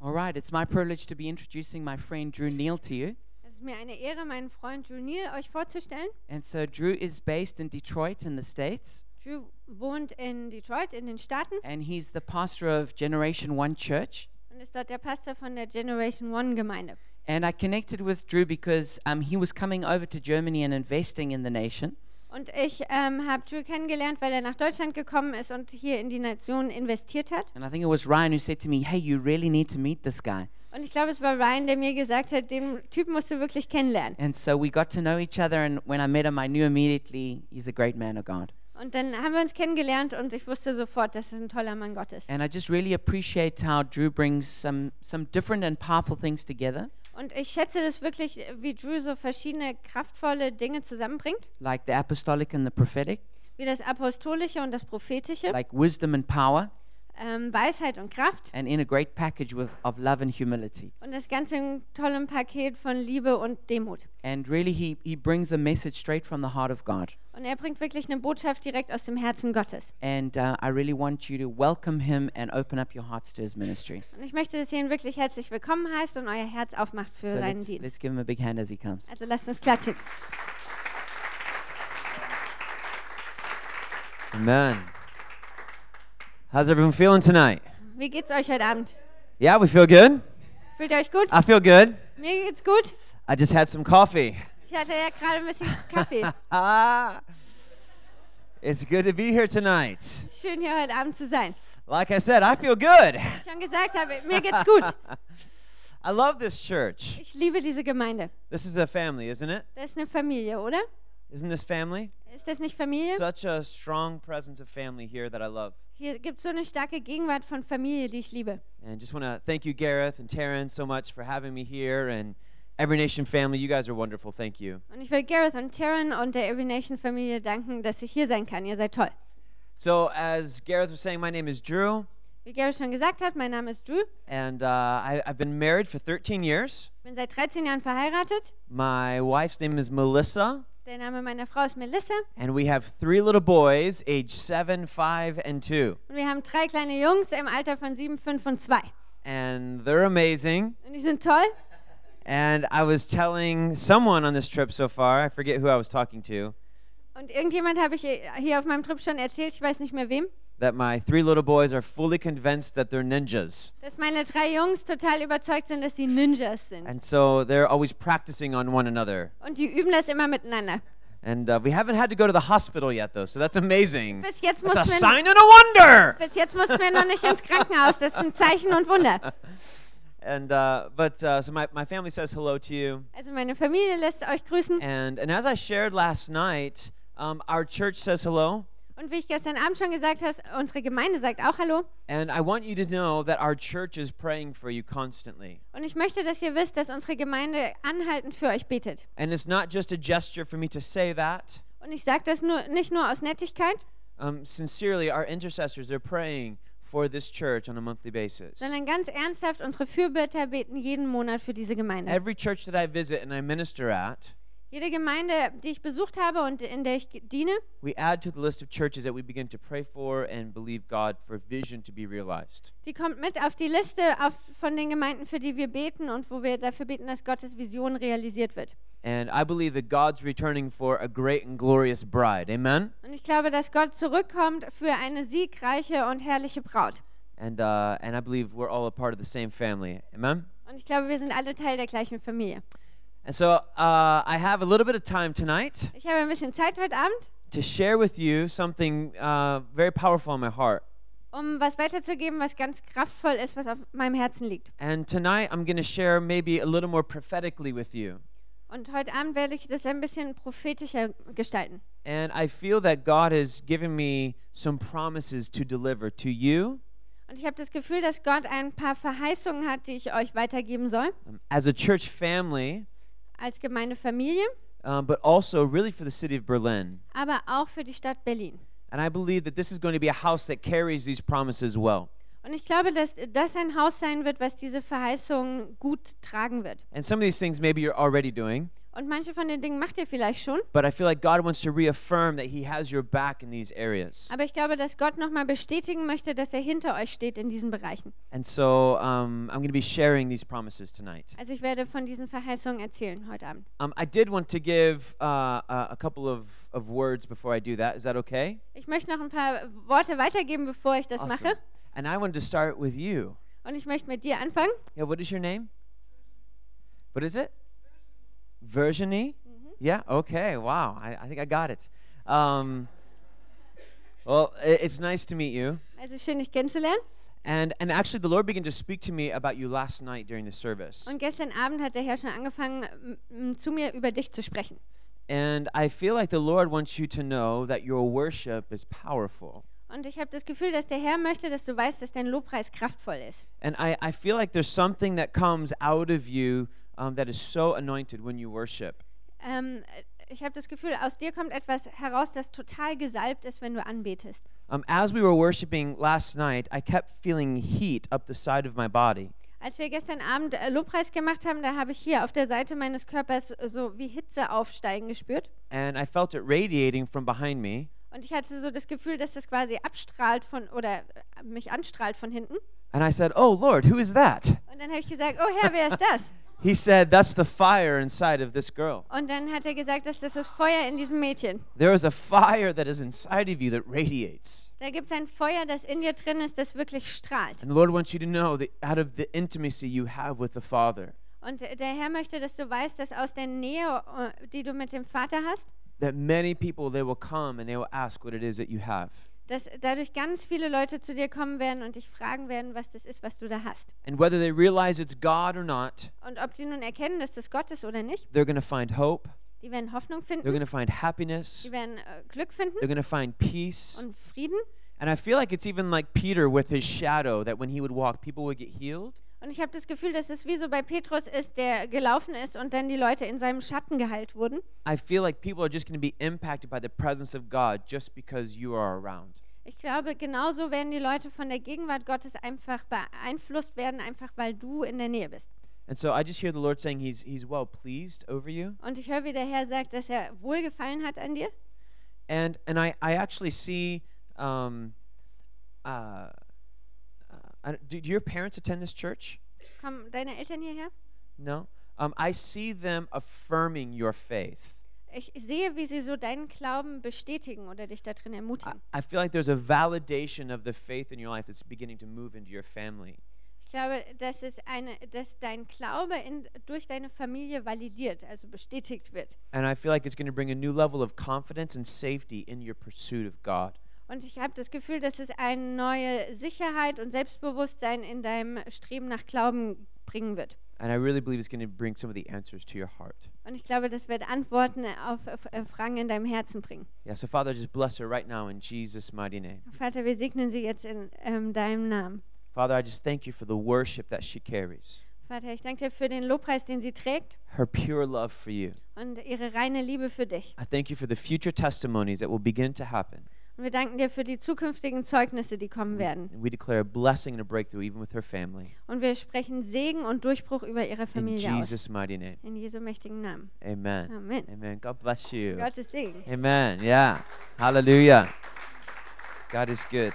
All right, it's my privilege to be introducing my friend Drew Neal to you. Es ist mir eine Ehre, meinen Freund Drew Neal euch vorzustellen. And so Drew is based in Detroit in the States, Drew wohnt in Detroit in den Staaten and he's the pastor of Generation One Church. und ist dort der Pastor von der Generation One Gemeinde. And I connected with Drew because um, he was coming over to Germany and investing in the nation. Und ich ähm, habe Drew kennengelernt, weil er nach Deutschland gekommen ist und hier in die Nation investiert hat. And I think it was Ryan who said to me, Hey, you really need to meet this guy. Und ich glaube, es war Ryan, der mir gesagt hat, den Typ musst du wirklich kennenlernen. And so we got to know each other. And when I met him, I knew immediately he's a great man of God. Und dann haben wir uns kennengelernt und ich wusste sofort, dass es ein toller Mann Gottes. And I just really appreciate how Drew brings some, some different and powerful things together, Und ich schätze das wirklich, wie Drew so verschiedene kraftvolle Dinge zusammenbringt, like the apostolic and the prophetic, wie das Apostolische und das Prophetische, like wisdom and power, ähm, Weisheit und Kraft. and in a great package with, of love and humility. Und das Ganze im tollen Paket von Liebe und Demut. And really, he, he brings a message straight from the heart of God. Und er bringt wirklich eine Botschaft direkt aus dem Herzen Gottes. And uh, I really want you to welcome him and open up your hearts to his ministry. Und ich möchte, dass ihr ihn wirklich herzlich willkommen heißt und euer Herz aufmacht für So seinen let's, Dienst. let's give him a big hand as he comes. Also lasst uns klatschen. Amen. How's everyone feeling tonight? Wie geht's euch heute Abend? Yeah, we feel good. Fühlt ihr euch gut? I feel good. Mir geht's gut. I just had some coffee. Ich hatte ja gerade ein bisschen Kaffee. it's good to be here tonight. Schön hier heute Abend zu sein. Like I said, I feel good. Wie ich schon gesagt habe, mir geht's gut. I love this church. Ich liebe diese Gemeinde. This is a family, isn't it? Das ist eine Familie, oder? Isn't this family? Ist das nicht Familie? Such a strong presence of family here that I love. Hier gibt es so eine starke Gegenwart von Familie, die ich liebe. And just want to thank you, Gareth and Taryn, so much for having me here. And Every Nation family, you guys are wonderful. Thank you. Und ich will Gareth und Taryn und der Every Nation Familie danken, dass ich hier sein kann. Ihr seid toll. So, as Gareth was saying, my name is Drew. Wie Gareth schon gesagt hat, mein Name ist Drew. and uh, I, I've been married for 13 years. Bin seit 13 Jahren verheiratet. My wife's name is Melissa, Der Name meiner Frau ist Melissa. and we have three little boys, age seven, five, and two. Und wir haben drei kleine Jungs im Alter von 7, 5 und 2. And they're amazing. Und die sind toll. And I was telling someone on this trip so far, I forget who I was talking to, Und irgendjemand habe ich hier auf meinem Trip schon erzählt, ich weiß nicht mehr wem, that my three little boys are fully convinced that they're ninjas. dass meine drei Jungs total überzeugt sind, dass sie Ninjas sind. And so they're always practicing on one another. Und die üben das immer miteinander. And uh, we haven't had to go to the hospital yet, though, so that's amazing. Bis jetzt, That's a mussten wir, sign and a wonder! bis jetzt mussten wir noch nicht ins Krankenhaus. Das ist ein Zeichen und Wunder. And uh, but uh, so my, my family says hello to you. Also meine Familie lässt euch grüßen. And and as I shared last night, um, our church says hello. Und wie ich gestern Abend schon gesagt habe, unsere Gemeinde sagt auch Hallo. And I want you to know that our church is praying for you constantly. Und ich möchte, dass ihr wisst, dass unsere Gemeinde anhaltend für euch betet. And it's not just a gesture for me to say that. Und ich sage das nur, nicht nur aus Nettigkeit, Um, sincerely, our intercessors are praying for this church on a monthly basis. sondern ganz ernsthaft, unsere Fürbitter beten jeden Monat für diese Gemeinde. Every church that I visit and I minister at, Jede Gemeinde, die ich besucht habe und in der ich ge- diene, we add to the list of churches that we begin to pray for and believe God for vision to be realized. die kommt mit auf die Liste auf, von den Gemeinden, für die wir beten und wo wir dafür beten, dass Gottes Vision realisiert wird. And I believe that God's returning for a great and glorious bride. Amen. Und ich glaube, dass Gott zurückkommt für eine siegreiche und herrliche Braut. and uh, and I believe we're all a part of the same family. Amen. Und ich glaube, wir sind alle Teil der gleichen Familie. And so uh, I have a little bit of time tonight Ich habe ein bisschen Zeit heute Abend, to share with you something uh, very powerful in my heart. um was weiterzugeben, was ganz kraftvoll ist, was auf meinem Herzen liegt. And tonight I'm going to share maybe a little more prophetically with you. Und heute Abend werde ich das ein bisschen prophetischer gestalten. And I feel that God has given me some promises to deliver to you Und ich habe das Gefühl, dass Gott ein paar Verheißungen hat, die ich euch weitergeben soll, um, as a church family, als Gemeindefamilie, um, but also really for the city of Berlin. aber auch für die Stadt Berlin. And I believe that this is going to be a house that carries these promises well. Und ich glaube, dass das ein Haus sein wird, was diese Verheißungen gut tragen wird. And some of these things maybe you're already doing. Und manche von den Dingen macht ihr vielleicht schon. But I feel like God wants to reaffirm that He has your back in these areas. Aber ich glaube, dass Gott nochmal bestätigen möchte, dass er hinter euch steht in diesen Bereichen. And so um, I'm going to be sharing these promises tonight. Also ich werde von diesen Verheißungen erzählen heute Abend. Um, I did want to give uh, a a couple of, of words before I do that. Is that okay? Ich möchte noch ein paar Worte weitergeben, bevor ich das mache. And I wanted to start with you. Und ich möchte mit dir anfangen. Yeah, what is your name? What is it? Virginie? Yeah, okay, wow. I, I think I got it. Um, well, i- it's nice to meet you. Also schön, dich kennenzulernen. And, and actually, the Lord began to speak to me about you last night during the service. Und gestern Abend hat der Herr schon angefangen, m- m- zu mir über dich zu sprechen. And I feel like the Lord wants you to know that your worship is powerful. Und ich habe das Gefühl, dass der Herr möchte, dass du weißt, dass dein Lobpreis kraftvoll ist. And I, I feel like there's something that comes out of you um, that is so anointed when you worship. Ähm, ich habe das Gefühl, aus dir kommt etwas heraus, das total gesalbt ist, wenn du anbetest. Um, as we were worshiping last night, I kept feeling heat up the side of my body. Als wir gestern Abend äh, Lobpreis gemacht haben, da habe ich hier auf der Seite meines Körpers so wie Hitze aufsteigen gespürt. And I felt it radiating from behind me. Und ich hatte so das Gefühl, dass das quasi abstrahlt von oder äh, mich anstrahlt von hinten. And I said, Oh, Lord, who is that? Und dann habe ich gesagt, oh Herr, wer ist das? He said, That's the fire inside of this girl. Und dann hat er gesagt, dass das ist Feuer in diesem Mädchen. There is a fire that is inside of you that radiates. Da gibt es ein Feuer, das in dir drin ist, das wirklich strahlt. And the Lord wants you to know that out of the intimacy you have with the Father, Und äh, der Herr möchte, dass du weißt, dass aus der Nähe, äh, die du mit dem Vater hast, that many people they will come and they will ask what it is that you have. dass dadurch ganz viele Leute zu dir kommen werden und dich fragen werden, was das ist, was du da hast. And whether they realize it's God or not, Und ob die nun erkennen, dass das Gott ist oder nicht, they're going to find hope, die werden Hoffnung they're finden, going to find happiness, die werden äh, Glück finden they're going to find peace. und Frieden. And I feel like it's even like Peter with his shadow that when he would walk, people would get healed. Und ich habe das Gefühl, dass es wie so bei Petrus ist, der gelaufen ist und dann die Leute in seinem Schatten geheilt wurden. I feel like people are just going to be impacted by the presence of God just because you are around. Ich glaube, genauso werden die Leute von der Gegenwart Gottes einfach beeinflusst werden, einfach weil du in der Nähe bist. And so I just hear the Lord saying he's he's well pleased over you. Und ich höre, wie der Herr sagt, dass er Wohlgefallen hat an dir. And and I I actually see um uh, uh I, don't- do, do your parents attend this church? Kommen deine Eltern hierher? No. Um, I see them affirming your faith. Ich sehe, wie sie so deinen Glauben bestätigen oder dich da drin I, ermutigen. I feel like there's a validation of the faith in your life that's beginning to move into your family. Ich glaube, dass, es eine, dass dein Glaube in, durch deine Familie validiert, also bestätigt wird. And I feel like it's going to bring a new level of confidence and safety in your pursuit of God. Und ich habe das Gefühl, dass es eine neue Sicherheit und Selbstbewusstsein in deinem Streben nach Glauben bringen wird. And I really believe it's going to bring some of the answers to your heart. Und ich glaube, das wird Antworten auf, auf äh, Fragen in deinem Herzen bringen. Yeah, so Father, just bless her right now in Jesus' mighty name. Vater, wir segnen sie jetzt in ähm, deinem Namen. Father, I just thank you for the worship that she carries, Vater, ich danke dir für den Lobpreis, den sie trägt her pure love for you. und ihre reine Liebe für dich. I thank you for the future testimonies that will begin to happen. Und wir danken dir für die zukünftigen Zeugnisse, die kommen werden. And we declare a blessing and a breakthrough even with her family. Und wir sprechen Segen und Durchbruch über ihre In Familie aus. Jesus' mighty name. In Jesu mächtigen Namen. Amen. Amen. Amen. God bless you. Gottes Segen. Amen. Yeah. Hallelujah. God is good.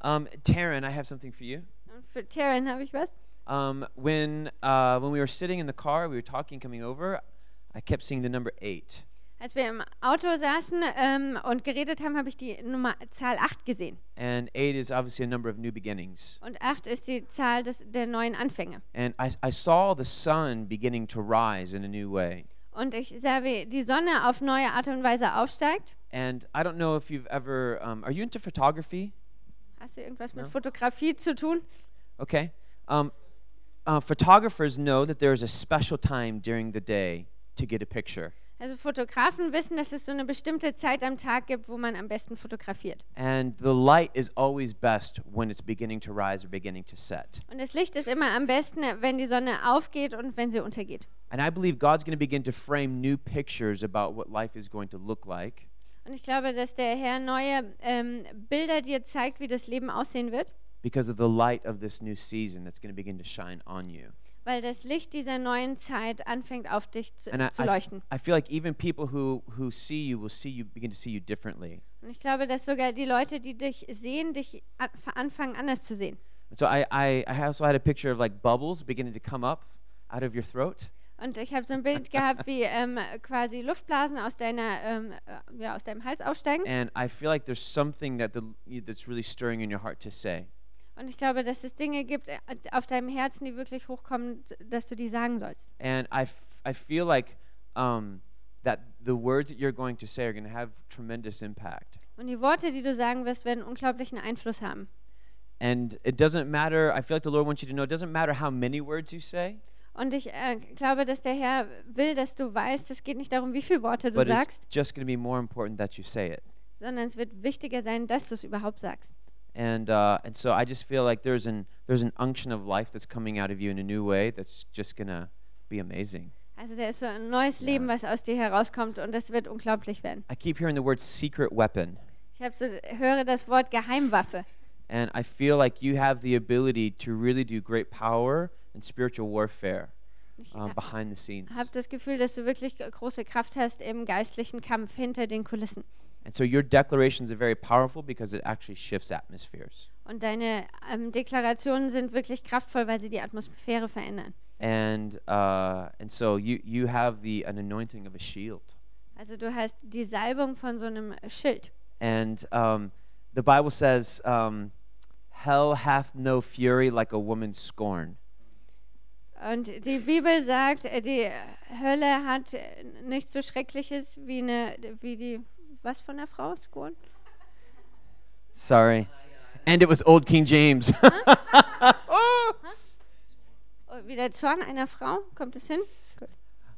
Um, Taryn, I have something for you. Und für Taryn habe ich was. Um, when uh, when we were sitting in the car, we were talking coming over. I kept seeing the number eight, Als wir im Auto saßen ähm, und geredet haben, habe ich die Nummer Zahl 8 gesehen. and eight is obviously a number of new beginnings. Und 8 ist die Zahl des, der neuen Anfänge. And I, I saw the sun beginning to rise in a new way. Und ich sah, wie die Sonne auf neue Art und Weise aufsteigt. And I don't know if you've ever um, are you into photography? Hast du irgendwas mit Ja. Fotografie zu tun? Okay, um, uh, photographers know that there is a special time during the day to get a picture. Also Fotografen wissen, dass es so eine bestimmte Zeit am Tag gibt, wo man am besten fotografiert. And the light is always best when it's beginning to rise or beginning to set. Und das Licht ist immer am besten, wenn die Sonne aufgeht und wenn sie untergeht. And I believe God's going to begin to frame new pictures about what life is going to look like. Und ich glaube, dass der Herr neue ähm, Bilder dir zeigt, wie das Leben aussehen wird, because of the light of this new season that's going to begin to shine on you. weil das Licht dieser neuen Zeit anfängt auf dich zu, And I, zu I, f- leuchten. I feel like even people who, who see you will see you begin to see you differently. Und ich glaube, dass sogar die Leute, die dich sehen, dich a- anfangen anders zu sehen. And so I, I, I also had a picture of like bubbles beginning to come up out of your throat. Und ich habe so ein Bild gehabt, wie ähm, quasi Luftblasen aus, deiner, ähm, äh, ja, aus deinem Hals aufsteigen. And I feel like there's something that the, that's really stirring in your heart to say. Und ich glaube, dass es Dinge gibt äh, auf deinem Herzen, die wirklich hochkommen, dass du die sagen sollst. And I, f- I feel like um, that the words that you're going to say are going to have tremendous impact. Und die Worte, die du sagen wirst, werden unglaublichen Einfluss haben. And it doesn't matter, I feel like the Lord wants you to know it doesn't matter how many words you say, Und ich äh, glaube, dass der Herr will, dass du weißt, es geht nicht darum, wie viele Worte du but it's sagst, just going to be more important that you say it. sondern es wird wichtiger sein, dass du es überhaupt sagst. And, uh, and so I just feel like there's an, there's an unction of life that's coming out of you in a new way that's just going to be amazing. Also da ist so ein neues Ja. Leben, was aus dir herauskommt und das wird unglaublich werden. I keep hearing the word secret weapon. Ich hab so, höre das Wort Geheimwaffe. And I feel like you have the ability to really do great power and spiritual warfare Ich um, behind the scenes. habe das Gefühl, dass du wirklich große Kraft hast im geistlichen Kampf hinter den Kulissen. And so your declarations are very powerful because it actually shifts atmospheres. Und deine ähm, Deklarationen sind wirklich kraftvoll, weil sie die Atmosphäre verändern. And, uh, and so you, you have the, an anointing of a shield. Also du hast die Salbung von so einem Schild. And um, the Bible says, um, Hell hath no fury like a woman scorned. Und die Bibel sagt, äh, die Hölle hat äh, nichts so Schreckliches wie eine, wie die, was von der Frau? Skorn? Sorry. And it was Old King James. Oh, Wie der Zorn einer Frau? Kommt es hin? Gut.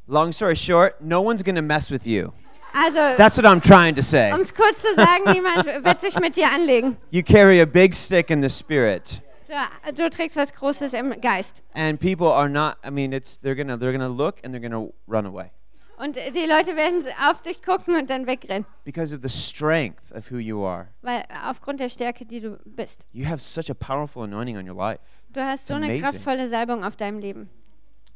Long story short, no one's going to mess with you. Also, That's what I'm trying to say. um es kurz zu Uh, sagen, niemand wird sich mit dir anlegen. You carry a big stick in the spirit, Du, du trägst was Großes im Geist. and people are not. I mean, it's they're gonna they're gonna look and they're gonna run away Und äh, die Leute werden auf dich gucken und dann wegrennen, because of the strength of who you are. weil äh, aufgrund der Stärke, die du bist. You have such a powerful anointing on your life. Du hast so eine Amazing. kraftvolle Salbung auf deinem Leben.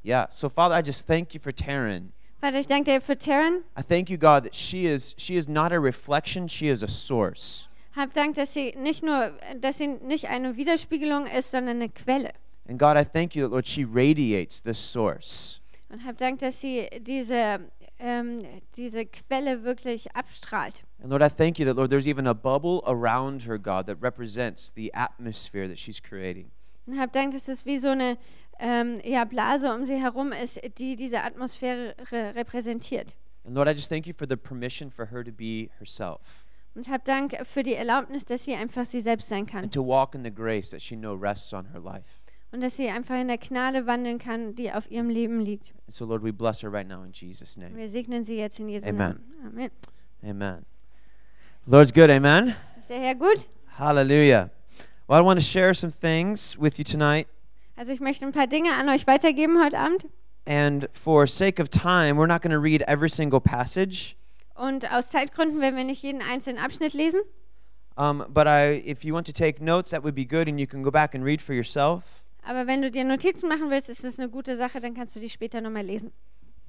Yeah. So Father, I just thank you for Taryn. Vater, ich danke dir für Taryn. I thank you, God, that she is she is not a reflection. She is a source. Hab Dank, dass sie nicht nur, dass sie nicht eine Widerspiegelung ist, sondern eine Quelle. And God, I thank you that Lord, she radiates this source. Und hab Dank, dass sie diese, ähm, diese Quelle wirklich abstrahlt. And Lord, I thank you that Lord, there's even a bubble around her, God, that represents the atmosphere that she's creating. Und hab Dank, dass es wie so eine ähm, ja, Blase um sie herum ist, die diese Atmosphäre re repräsentiert. And Lord, I just thank you for the permission for her to be herself Und hab Dank für die Erlaubnis, dass sie einfach sie selbst sein kann. and to walk in the grace that she know rests on her life. Und dass sie einfach in der Gnade wandeln kann, die auf ihrem Leben liegt. And so, Lord, we bless her right now in Jesus' name. Wir segnen sie jetzt in Jesu Amen. Namen. Amen. Amen. Lord's good. Amen. Ist der Herr gut? Hallelujah. Well, I want to share some things with you tonight. Also ich möchte ein paar Dinge an euch weitergeben heute Abend. And for sake of time, we're not going to read every single passage. Und aus Zeitgründen werden wir nicht jeden einzelnen Abschnitt lesen. Um, but I, if you want to take notes, that would be good, and you can go back and read for yourself. Aber wenn du dir Notizen machen willst, ist das eine gute Sache, dann kannst du die später nochmal lesen.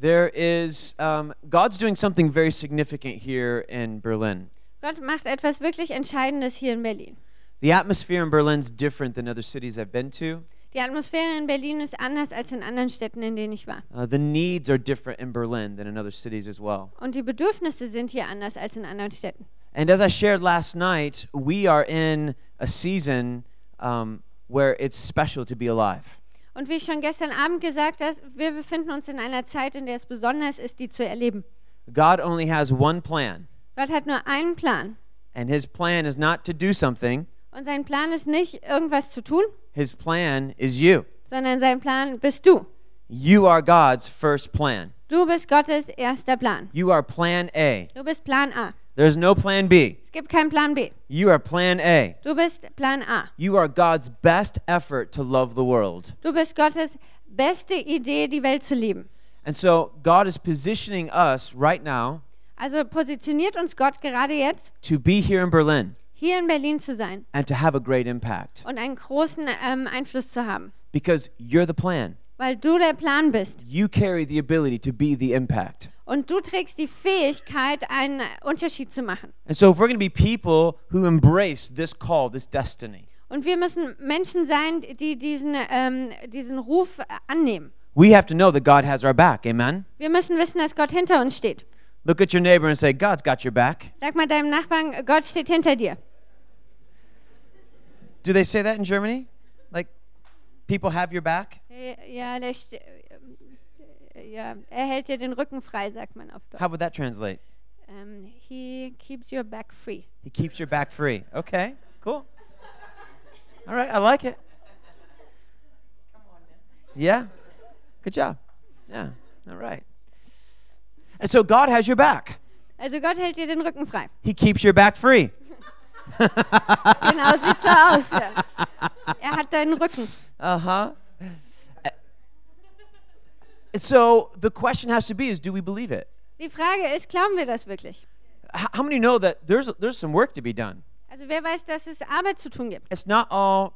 There is um, God's doing something very significant here in Berlin. Gott macht etwas wirklich Entscheidendes hier in Berlin. The atmosphere in Berlin's different than other cities I've been to. Die Atmosphäre in Berlin ist anders als in anderen Städten, in denen ich war. Uh, the needs are different in Berlin than in other cities as well. Und die Bedürfnisse sind hier anders als in anderen Städten. And as I shared last night, we are in a season um, where it's special to be alive. Und wie ich schon gestern Abend gesagt habe, wir befinden uns in einer Zeit, in der es besonders ist, die zu erleben. God only has one plan, Gott hat nur einen Plan. and His plan is not to do something, Und sein Plan ist nicht, irgendwas zu tun, His plan is you. sondern sein Plan bist du. You are God's first plan. Du bist Gottes erster Plan. You are plan A. Du bist Plan A. There's no plan B. Es gibt keinen Plan B. You are plan A. Du bist Plan A. You are God's best effort to love the world. Du bist Gottes beste Idee, die Welt zu lieben. And so God is positioning us right now Also positioniert uns Gott gerade jetzt, to be here in Berlin hier in Berlin zu sein and to have a great impact und einen großen ähm, Einfluss zu haben. because you're the plan. weil du der Plan bist. You carry the ability to be the impact. Und du trägst die Fähigkeit, einen äh, Unterschied zu machen. And so, if we're going to be people who embrace this call, this destiny, Und wir müssen Menschen sein, die diesen, ähm, diesen Ruf äh, annehmen. we have to know that God has our back. Amen? Wir müssen wissen, dass Gott hinter uns steht. Look at your neighbor and say, God's got your back. Sag mal deinem Nachbarn, Gott steht hinter dir. Do they say that in Germany? Like, people have your back? Ja, der st- äh, ja, er hält dir den Rücken frei, sagt man auf Deutsch. How would that translate? Ähm, he keeps your back free. He keeps your back free. Okay, cool. All right, I like it. Yeah, good job. Yeah, all right. And so God has your back. Also Gott hält dir den Rücken frei. He keeps your back free. Genau sieht's so aus. Ja. Er hat deinen Rücken. Uh huh. So the question has to be: Is do we believe it? Die Frage ist, glauben wir das wirklich? H- How many know that there's there's some work to be done? Also wer weiß, dass es Arbeit zu tun gibt It's not all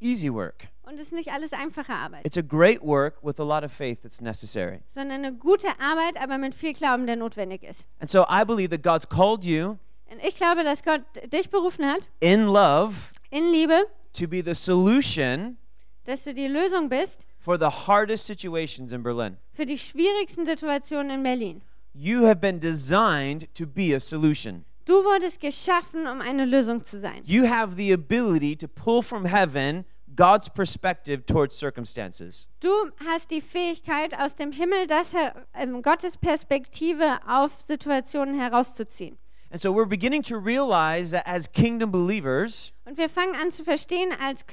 easy work. und es ist nicht alles einfache Arbeit, It's a great work with a lot of faith that's necessary. sondern eine gute Arbeit, aber mit viel Glauben, der notwendig ist. And so I believe that God's called you Und ich glaube, dass Gott dich berufen hat, in love in Liebe, to be the solution dass du die Lösung bist for the hardest situations in Berlin. für die schwierigsten Situationen in Berlin. You have been designed to be a solution. Du wurdest geschaffen, um eine Lösung zu sein. You have the ability to pull from heaven God's perspective towards circumstances. Du hast die Fähigkeit, aus dem Himmel das her ähm, Gottes Perspektive auf Situationen herauszuziehen. And so we're beginning to realize that as kingdom believers, Und wir fangen an zu verstehen als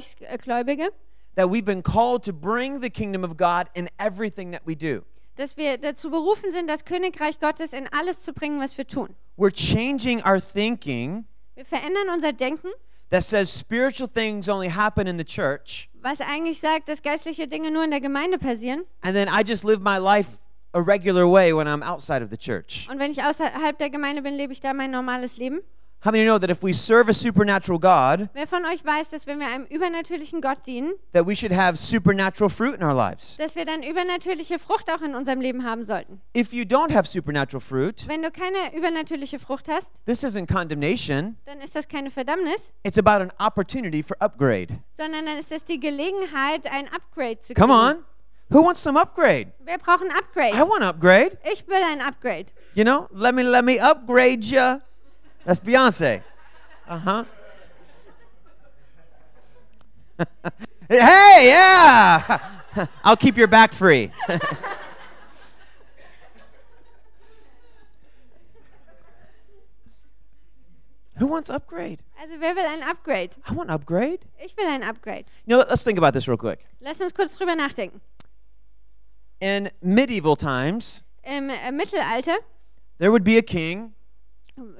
Königreichsgläubige, that we've been called to bring the kingdom of God in everything that we do. dass wir dazu berufen sind, das Königreich Gottes in alles zu bringen, was wir tun. We're changing our thinking Wir verändern unser Denken, that says spiritual things only happen in the church, was eigentlich sagt, dass geistliche Dinge nur in der Gemeinde passieren. and then I just live my life a regular way when I'm outside of the church. Und wenn ich außerhalb der Gemeinde bin, lebe ich da mein normales Leben. How many know that if we serve a supernatural God, Wer von euch weiß, dass wenn wir einem übernatürlichen Gott dienen, that we should have supernatural fruit in our lives? dass wir dann übernatürliche Frucht auch in unserem Leben haben sollten? If you don't have supernatural fruit, Wenn du keine übernatürliche Frucht hast, this isn't condemnation, dann ist das keine Verdammnis, it's about an opportunity for upgrade. sondern dann ist das die Gelegenheit, ein Upgrade zu kriegen. Come on. Who wants some upgrade? Wer braucht ein I Upgrade? want upgrade. Ich will ein Upgrade. You know, let me let me upgrade ya. That's Beyonce. Uh huh. hey, yeah. I'll keep your back free. Who wants upgrade? Also wer will ein Upgrade? I want upgrade. Ich will ein Upgrade. You know, let- let's think about this real quick. Lass uns kurz drüber nachdenken. In medieval times, Im äh, Mittelalter there would be a king,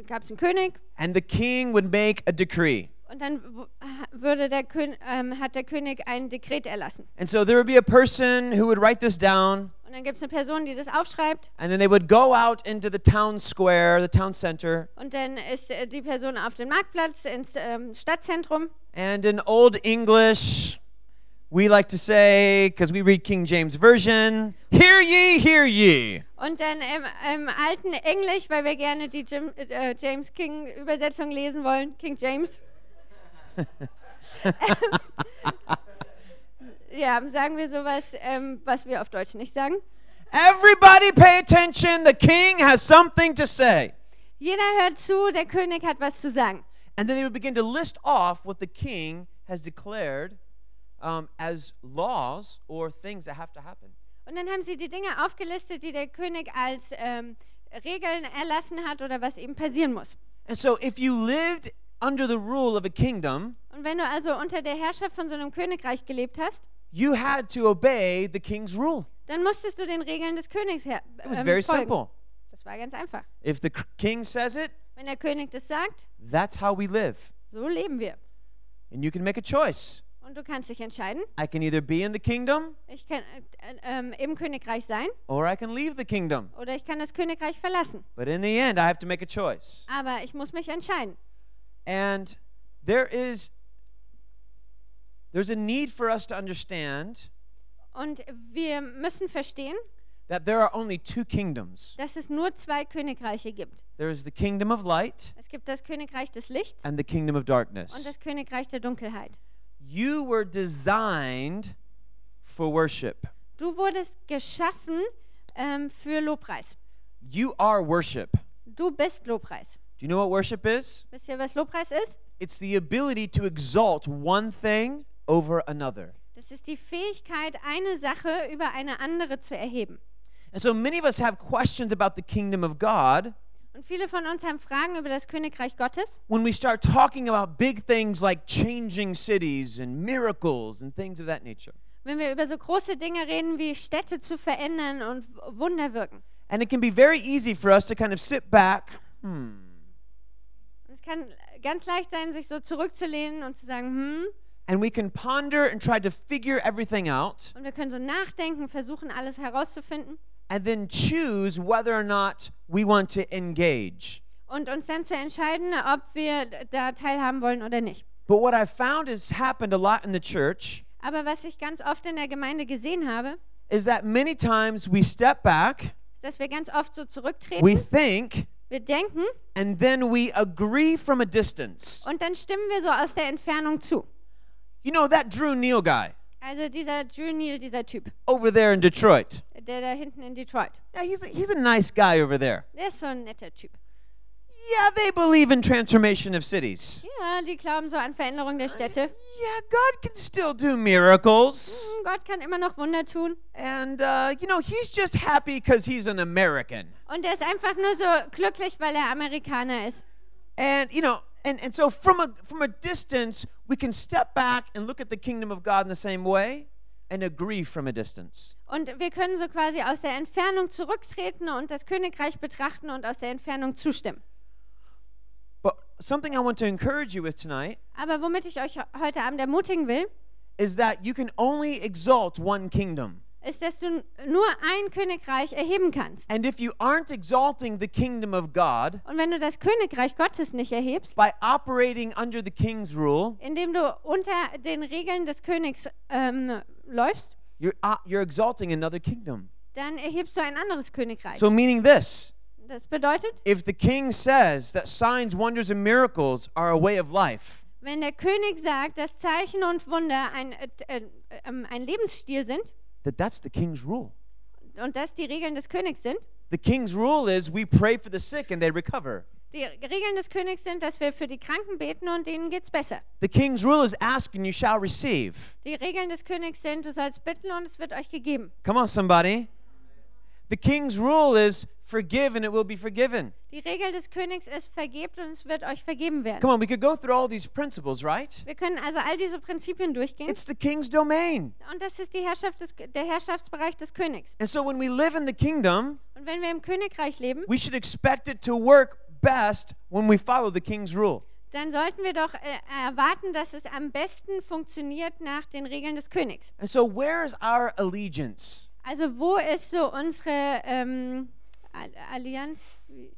gab es einen König and the king would make a decree. und dann w- würde der Kön ähm, hat der König ein Dekret erlassen. And so there would be a person who would write this down, Und dann gibt es eine Person, die das aufschreibt and then they would go out into the town square, the town center, und dann ist äh, die Person auf den Marktplatz, ins ähm, Stadtzentrum and in Old English, we like to say, because we read King James Version, hear ye, hear ye. Und dann im, im alten Englisch, weil wir gerne die Jim, äh, James King Übersetzung lesen wollen, King James. ja, sagen wir sowas, ähm, was wir auf Deutsch nicht sagen. Everybody pay attention, the king has something to say. Jeder hört zu, der König hat was zu sagen. And then they would begin to list off what the king has declared um, as laws or things that have to happen. Und dann haben sie die Dinge aufgelistet, die der König als ähm, Regeln erlassen hat oder was eben passieren muss. And so if you lived under the rule of a kingdom, Und wenn du also unter der Herrschaft von so einem Königreich gelebt hast, you had to obey the king's rule. dann musstest du den Regeln des Königs her. It was ähm, very folgen. simple. Das war ganz einfach. If the c- king says it, Wenn der König das sagt, that's how we live. so leben wir. And you can make a choice. Und du kannst dich entscheiden. I can either be in the kingdom Ich kann äh, ähm, im Königreich sein or I can leave the kingdom. oder ich kann das Königreich verlassen. But in the end, I have to make a choice. Aber ich muss mich entscheiden. And there is there's a need for us to understand Und wir müssen verstehen, that there are only two kingdoms dass es nur zwei Königreiche gibt. there is the kingdom of light Es gibt das Königreich des Lichts and the kingdom of und darkness. das Königreich der Dunkelheit. You were designed for worship, Du wurdest geschaffen ähm, für Lobpreis. you are worship. Du bist Lobpreis. Do you know what worship is? Wisst ihr, was Lobpreis ist? It's the ability to exalt one thing over another. Das ist die Fähigkeit, eine Sache über eine andere zu erheben. And so many of us have questions about the kingdom of God Und viele von uns haben Fragen über das Königreich Gottes. when we start talking about big things like changing cities and miracles and things of that nature. Wenn wir über so große Dinge reden, wie Städte zu verändern und W- Wunder wirken. And it can be very easy for us to kind of sit back, hmm, Und es kann ganz leicht sein, sich so zurückzulehnen und zu sagen, hm, and we can ponder and try to figure everything out und wir können so nachdenken, versuchen, alles herauszufinden and then choose whether or not we want to engage. und uns dann zu entscheiden, ob wir da teilhaben wollen oder nicht. But what I've found has happened a lot in the church Aber was ich ganz oft in der Gemeinde gesehen habe, is that many times we step back, ist, dass wir ganz oft so zurücktreten, we think, wir denken and then we agree from a distance. und dann stimmen wir so aus der Entfernung zu. You know, that Drew Neal guy Also dieser Drew Neal, dieser Typ, over there in Detroit. der da hinten in Detroit, Yeah, he's a, he's a nice guy over there. der ist so ein netter Typ. Yeah, they believe in transformation of cities. Ja, die glauben so an Veränderung der Städte. Yeah, God can still do miracles. Hm, Gott kann immer noch Wunder tun. And, uh, you know, he's just happy because he's an American. Und er ist einfach nur so glücklich, weil er Amerikaner ist. And, you know, and, and so from a, from a distance, we can step back and look at the kingdom of God in the same way and agree from a distance. Und wir können so quasi aus der Entfernung zurücktreten und das Königreich betrachten und aus der Entfernung zustimmen. But something I want to encourage you with tonight Aber womit ich euch heute Abend ermutigen will, is that you can only exalt one kingdom. ist, dass du n- nur ein Königreich erheben kannst. And if you aren't exalting the kingdom of God, Und wenn du das Königreich Gottes nicht erhebst, by operating under the king's rule, indem du unter den Regeln des Königs ähm, läufst, you're, uh, you're exalting another kingdom. dann erhebst du ein anderes Königreich. So, meaning this Das bedeutet, if the king says that signs, wonders, and miracles are a way of life, wenn der König sagt, dass Zeichen und Wunder ein, äh, äh, ähm, ein Lebensstil sind that that's the king's rule. und dass die Regeln des Königs sind, The king's rule is we pray for the sick and they recover. die Regeln des Königs sind, dass wir für die Kranken beten und denen geht's besser. The king's rule is ask and you shall receive. Die Regeln des Königs sind, du sollst bitten und es wird euch gegeben. Come on, somebody. The king's rule is forgive and it will be forgiven. Die Regel des Königs ist, vergebt und es wird euch vergeben werden. Come on, we could go through all these principles, right? Wir können also all diese Prinzipien durchgehen It's the king's domain. und das ist die Herrschaft des, der Herrschaftsbereich des Königs. And so when we live in the kingdom, Und wenn wir im Königreich leben, we should expect it to work best when we follow the king's rule. dann sollten wir doch äh, erwarten, dass es am besten funktioniert nach den Regeln des Königs. And so, where is our allegiance? Also wo ist so unsere ähm, Al- Allianz? Wie-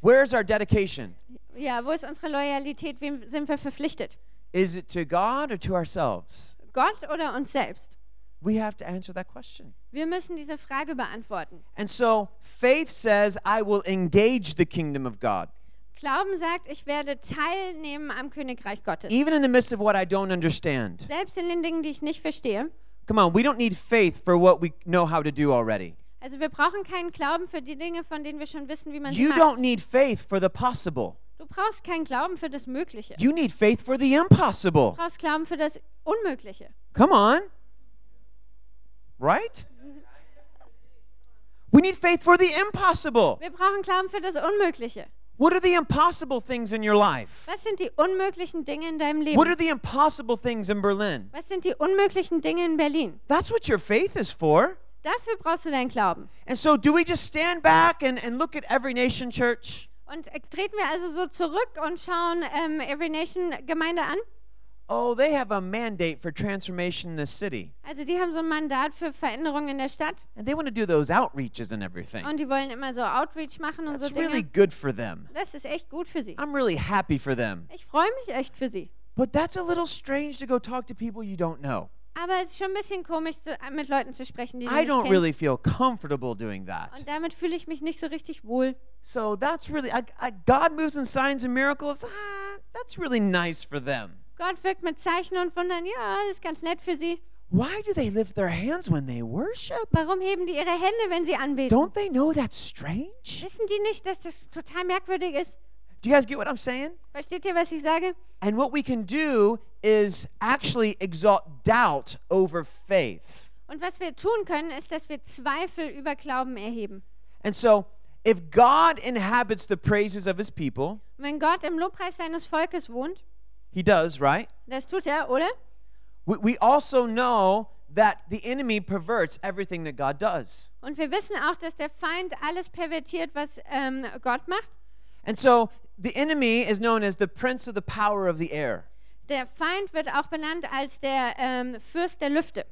Where is our dedication? Ja, wo ist unsere Loyalität? Wem sind wir verpflichtet? Is it to God or to ourselves? Gott oder uns selbst? We have to answer that question. Wir müssen diese Frage beantworten. And so, faith says, I will engage the kingdom of God, Glauben sagt, ich werde teilnehmen am Königreich Gottes. even in the midst of what I don't understand. Selbst in den Dingen, die ich nicht verstehe. Come on, we don't need faith for what we know how to do already. Also wir brauchen keinen Glauben für die Dinge, von denen wir schon wissen, wie man sie You don't macht. need faith for the possible, Du brauchst keinen Glauben für das Mögliche. Du you need faith for the impossible. brauchst Glauben für das Unmögliche. Come on. Right? We need faith for the impossible. Wir brauchen Glauben für das Unmögliche. What are the impossible things in your life? Was sind die unmöglichen Dinge in deinem What are Leben? the impossible things in Berlin? Was sind die unmöglichen Dinge in Berlin? That's what your faith is for. Dafür brauchst du deinen Glauben. And so, do we just stand back and, and look at every nation church? Und äh, treten wir also so zurück und schauen ähm, Every Nation Gemeinde an. Oh, they have a mandate for transformation in the city. Also die haben so ein Mandat für Veränderungen in der Stadt And they want to do those outreaches and everything. und die wollen immer so Outreach machen und That's so really Ah. Dinge. good for them. Das ist echt gut für sie. I'm really happy for them. Ich freue mich echt für sie. But that's a little strange to go talk to people you don't know. Aber es ist schon ein bisschen komisch, zu, äh, mit Leuten zu sprechen, die du I nicht don't kennst. really feel comfortable doing that. Und damit fühle ich mich nicht so richtig wohl. So that's really, I, I, God moves in signs and miracles. Ah, that's really nice for them. Gott wirkt mit Zeichen und Wundern. Ja, das ist ganz nett für sie. Why do they lift their hands when they worship? Warum heben die ihre Hände, wenn sie anbeten? Don't they know that's strange? Wissen die nicht, dass das total merkwürdig ist? Do you guys get what I'm saying? Versteht ihr, was ich sage? And what we can do is actually exalt doubt over faith. Und was wir tun können, ist, dass wir Zweifel über Glauben erheben. And so, if God inhabits the praises of his people, Und wenn Gott im Lobpreis seines Volkes wohnt, he does, right? das tut er, oder? We, we also know that the enemy perverts everything that God does. Und wir wissen auch, dass der Feind alles pervertiert, was ähm, Gott macht. And so, the enemy is known as the prince of the power of the air. Der Feind wird auch benannt als der ähm, Fürst der Lüfte.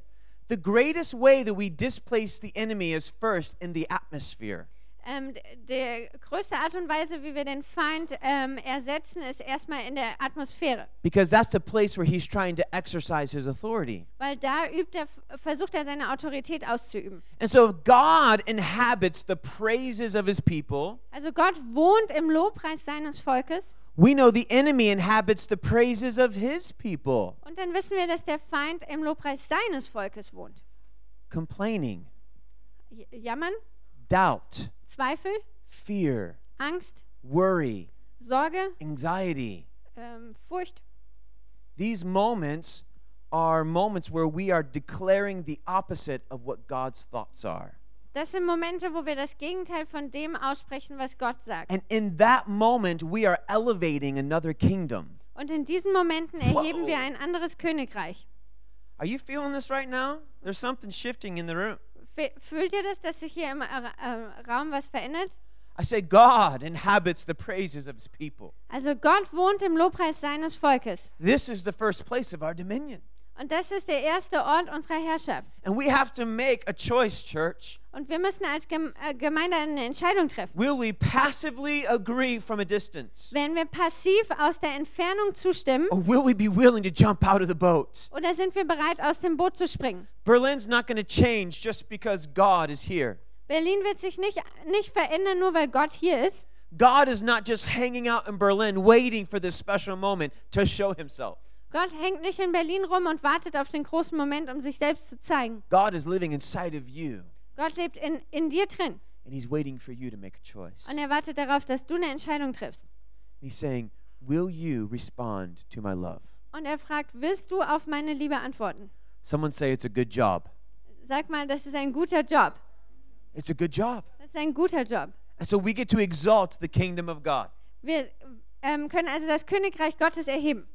The greatest way that we displace the enemy is first in the atmosphere. Ähm, d- die größte Art und Weise, wie wir den Feind ähm, ersetzen, ist erstmal in der Atmosphäre. because that's the place where he's trying to exercise his authority. Weil da übt er, versucht er seine Autorität auszuüben. And so if God inhabits the praises of his people. Also Gott wohnt im Lobpreis seines Volkes We know the enemy inhabits the praises of his people, und dann wissen wir, dass der Feind im Lobpreis seines Volkes wohnt. complaining, J- Jammern, doubt, Zweifel, fear, Angst, worry, Sorge, anxiety. ähm, Furcht. These moments are moments where we are declaring the opposite of what God's thoughts are. Das sind Momente, wo wir das Gegenteil von dem aussprechen, was Gott sagt. And in that moment, we are elevating another kingdom. Und in diesen Momenten erheben Wow. wir ein anderes Königreich. Are you feeling this right now? There's something shifting in the room. Fe- Fühlt ihr das, dass sich hier im äh, äh, Raum was verändert? I say God inhabits the praises of his people. Also Gott wohnt im Lobpreis seines Volkes. This is the first place of our dominion. Und das ist der erste Ort unserer Herrschaft. And we have to make a choice, church. Und wir müssen als Gem äh, Gemeinde eine Entscheidung treffen. Will we passively agree from a distance? Werden wir passiv aus der Entfernung zustimmen Or will we be willing to jump out of the boat? oder sind wir bereit, aus dem Boot zu springen? Berlin's not going to change just because God is here. Berlin wird sich nicht, nicht verändern, nur weil Gott hier ist. God is not just hanging out in Berlin waiting for this special moment to show himself. Gott hängt nicht in Berlin rum und wartet auf den großen Moment, um sich selbst zu zeigen. God is living inside of you, Gott lebt in, in dir drin and he's waiting for you to make a choice. und er wartet darauf, dass du eine Entscheidung triffst. He's saying, Will you respond to my love? Und er fragt, willst du auf meine Liebe antworten? Someone say it's a good job. Sag mal, das ist ein guter Job. It's a good job. Das ist ein guter Job. And so we get to exalt the kingdom of God. Wir ähm, können also das Königreich Gottes erheben.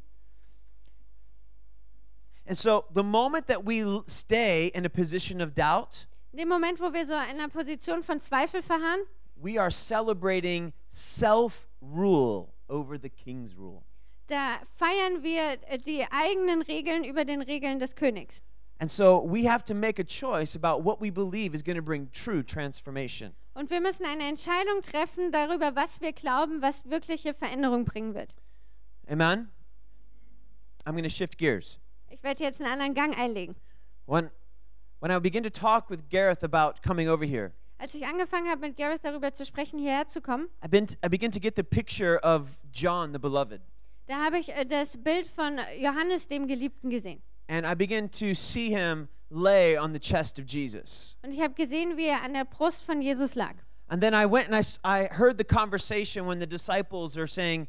And so the moment that we l- stay in a position of doubt, In dem Moment, wo wir so in einer Position von Zweifel verharren, we are celebrating self rule over the king's rule. da feiern wir äh, die eigenen Regeln über den Regeln des Königs. And so we have to make a choice about what we believe is going to bring true transformation. Und wir müssen eine Entscheidung treffen darüber, was wir glauben, was wirkliche Veränderung bringen wird. Amen? I'm going to shift gears. Ich werde jetzt einen anderen Gang einlegen. When, when I begin to talk with Gareth about coming over here, Als ich angefangen habe, mit Gareth darüber zu sprechen, hierher zu kommen, I, been t- I begin to get the picture of John the Beloved. da habe ich äh, das Bild von Johannes dem Geliebten gesehen. And I begin to see him lay on the chest of Jesus. Und ich habe gesehen, wie er an der Brust von Jesus lag. And then I went and I, s- I heard the conversation when the disciples are saying,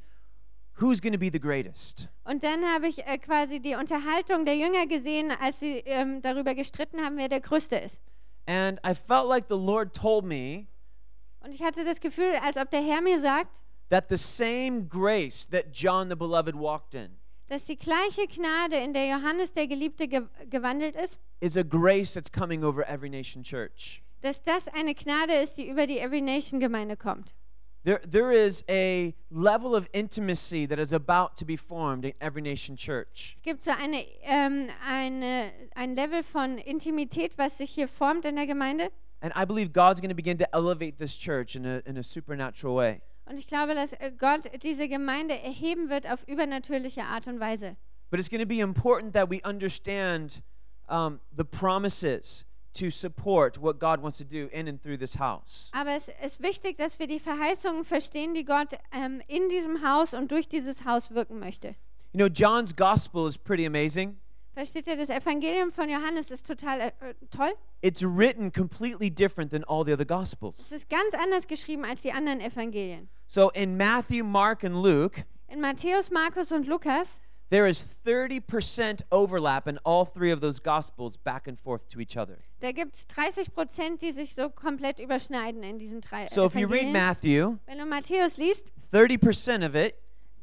Who's going to be the greatest? Und dann habe ich äh, quasi die Unterhaltung der Jünger gesehen, als sie ähm, darüber gestritten haben, wer der Größte ist. And I felt like the Lord told me Und ich hatte das Gefühl, als ob der Herr mir sagt, that the same grace that John the Beloved walked in dass die gleiche Gnade, in der Johannes der Geliebte ge gewandelt ist, is a grace that's coming over every nation church. dass das eine Gnade ist, die über die Every Nation Gemeinde kommt. There, there is a level of intimacy that is about to be formed in every nation church. Es gibt so eine, ähm, eine, ein Level von Intimität, was sich hier formt in der Gemeinde. And I believe God's going to begin to elevate this church in a, in a supernatural way. Und ich glaube, dass äh, Gott diese Gemeinde erheben wird auf übernatürliche Art und Weise. But it's going to be important that we understand um, the promises to support what God wants to do in and through this house. Aber es ist wichtig, dass wir die Verheißungen verstehen, die Gott ähm, in diesem Haus und durch dieses Haus wirken möchte. You know, John's gospel is pretty amazing. Versteht ihr, das Evangelium von Johannes ist total äh, äh, toll. It's written completely different than all the other gospels. Es ist ganz anders geschrieben als die anderen Evangelien. So in Matthew, Mark, and Luke, In Matthäus, Markus und Lukas there is 30% overlap in all three of those gospels back and forth to each other. Da gibt es 30 Prozent, die sich so komplett überschneiden in diesen drei So if you read Evangelien. Matthew, Wenn du Matthäus liest, 30% of it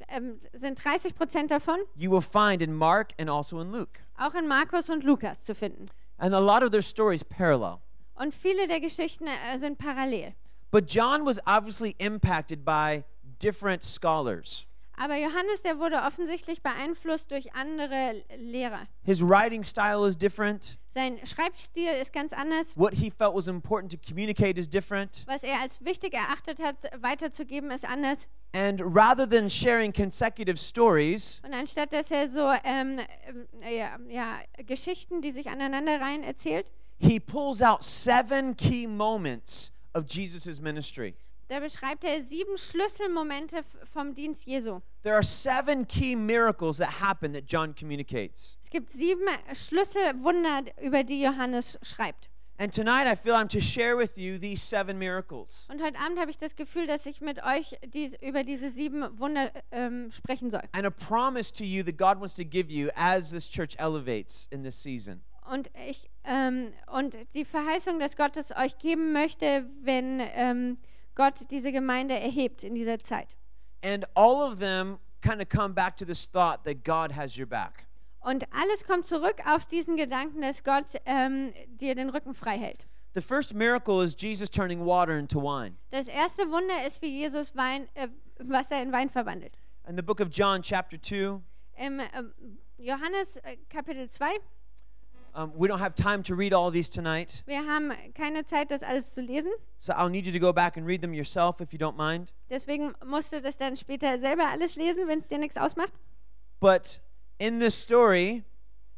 ähm, sind 30 Prozent davon you will find in Mark and also in Luke. auch in Markus und Lukas zu finden. And a lot of their stories parallel. Und viele der Geschichten äh, sind parallel. But John was obviously impacted by different scholars. Aber Johannes, der wurde offensichtlich beeinflusst durch andere Lehrer. His writing style is different. Sein Schreibstil ist ganz anders. What he felt was important to communicate is different. Was er als wichtig erachtet hat, weiterzugeben, ist anders. And rather than sharing consecutive stories, Und anstatt dass er so ähm, ähm, ja, ja, Geschichten, die sich aneinanderreihen, erzählt, he pulls out seven key moments of Jesus' ministry. da beschreibt er sieben Schlüsselmomente f- vom Dienst Jesu. There are seven key miracles that happen that John communicates. Es gibt sieben Schlüsselwunder, über die Johannes schreibt. And tonight I feel I'm to share with you these seven miracles. Und heute Abend habe ich das Gefühl, dass ich mit euch dies, über diese sieben Wunder ähm, sprechen soll. and a promise to you that God wants to give you as this church elevates in this season. Und, ich, ähm, und die Verheißung, dass Gott es euch geben möchte, wenn ähm, Gott diese Gemeinde erhebt in dieser Zeit. And all of them kind of come back to this thought that God has your back. Und alles kommt zurück auf diesen Gedanken, dass Gott ähm, dir den Rücken frei hält. The first miracle is Jesus turning water into wine. Das erste Wunder ist, wie Jesus Wein, äh, Wasser in Wein verwandelt. In the book of John, chapter 2, Im ähm, Johannes äh, Kapitel 2 um, we don't have time to read all these tonight, Wir haben keine Zeit, das alles zu lesen. so I'll need you to go back and read them yourself if you don't mind. Deswegen musst du das dann später selber alles lesen, wenn es dir nichts ausmacht. But in this story,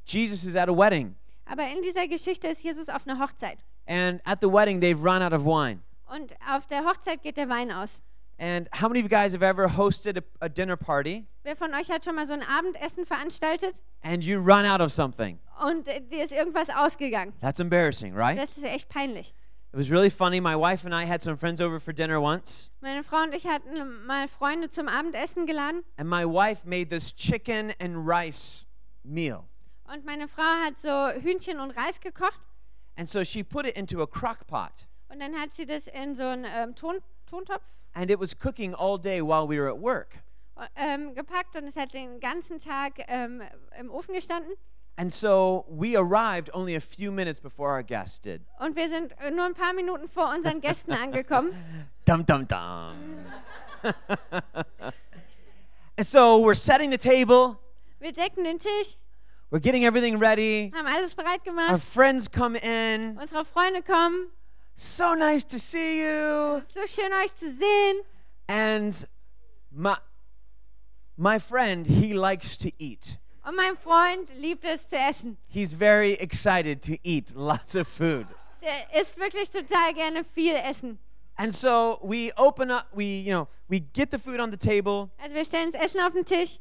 Jesus is at a wedding, Aber in dieser Geschichte ist Jesus auf einer Hochzeit. and at the wedding, they've run out of wine. Und auf der Hochzeit geht der Wein aus. And how many of you guys have ever hosted a, a dinner party Wer von euch hat schon mal so ein Abendessen veranstaltet and you run out of something? und äh, dir ist irgendwas ausgegangen? That's embarrassing, right? Das ist echt peinlich. It was really funny. My wife and I had some friends over for dinner once, Meine Frau und ich hatten mal Freunde zum Abendessen geladen and my wife made this chicken and rice meal. und meine Frau hat so Hühnchen und Reis gekocht And so she put it into a crock pot, und dann hat sie das in so einen ähm, Ton Tontopf and it was cooking all day while we were at work. ähm, gepackt und es hat den ganzen Tag ähm, im Ofen gestanden. And so we arrived only a few minutes before our guests did. Und wir sind äh, nur ein paar Minuten vor unseren Gästen angekommen. Dum, dum, dum. and so we're setting the table, Wir decken den Tisch, we're getting everything ready. haben alles bereit Our gemacht. friends come in. Unsere Freunde kommen. So nice to see you. So schön euch zu sehen. And my my friend, he likes to eat. Und mein Freund liebt es zu essen. He's very excited to eat lots of food. Der isst wirklich total gerne viel Essen. And so we open up we you know, we get the food on the table Also wir stellen das Essen auf den Tisch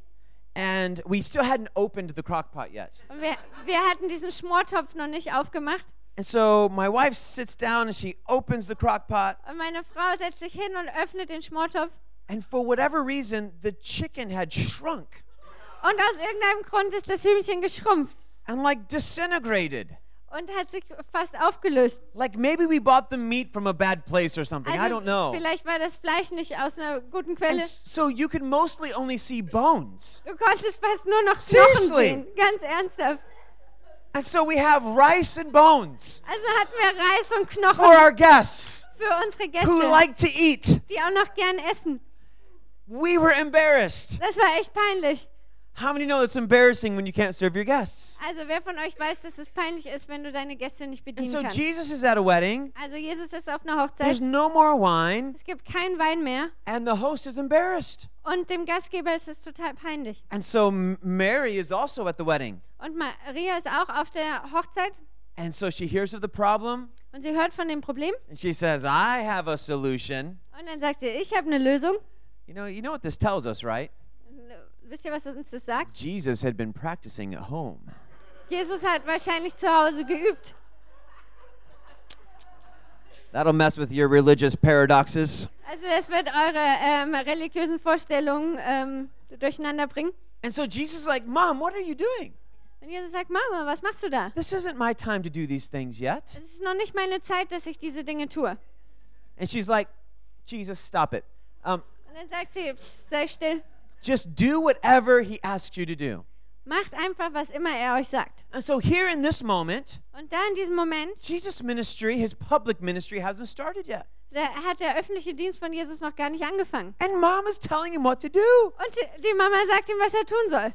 and we still hadn't opened the crock pot yet. und wir, wir hatten diesen Schmortopf noch nicht aufgemacht. And so my wife sits down and she opens the crock pot Und meine Frau setzt sich hin und öffnet den Schmortopf. and for whatever reason the chicken had shrunk Und aus irgendeinem Grund ist das Hühnchen geschrumpft and like disintegrated. und hat sich fast aufgelöst. Like maybe we bought the meat from a bad place or something. I Also don't know. vielleicht war das Fleisch nicht aus einer guten And Quelle. s- so you could mostly only see bones. Du konntest fast nur noch Knochen Seriously? sehen. Ganz ernsthaft. And so we have rice and bones Also hatten wir Reis und for Knochen our guests für unsere who Gäste, like to eat. die auch noch gern essen. We were embarrassed. Das war echt peinlich. How many know it's embarrassing when you can't serve your guests? Also wer von euch weiß, dass es peinlich ist, wenn du deine Gäste nicht And bedienen so kannst? Jesus is at a wedding. Also Jesus ist auf einer There's Hochzeit. no more wine, Es gibt keinen Wein mehr and the host is embarrassed. und dem Gastgeber ist es total peinlich. And so M- Mary is also at the wedding. Und Maria ist auch auf der Hochzeit And so she hears of the problem, und sie hört von dem Problem and she says, "I have a solution." und dann sagt sie, ich habe eine Lösung. You know, you know what this tells us, right? Wisst ihr, was uns das sagt? Jesus had been practicing at home. Jesus hat wahrscheinlich zu Hause geübt. That'll mess with your religious paradoxes. Also das wird eure ähm, religiösen Vorstellungen ähm, durcheinander bringen. And so Jesus is like, "Mom, what are you doing? Und Jesus sagt, Mama, was machst du da? This isn't my time to do these things yet." Es ist noch nicht meine Zeit, dass ich diese Dinge tue. And she's like, "Jesus, stop it. Um, Und dann sagt sie, "Psst, sei still. just do whatever he asks you to do." Macht einfach, was immer er euch sagt. And so here in this moment, Und da in diesem Moment, Jesus' ministry, his public ministry, hasn't started yet. da hat der öffentliche Dienst von Jesus noch gar nicht angefangen. And mom is telling him what to do. Und die- die Mama sagt ihm, was er tun soll.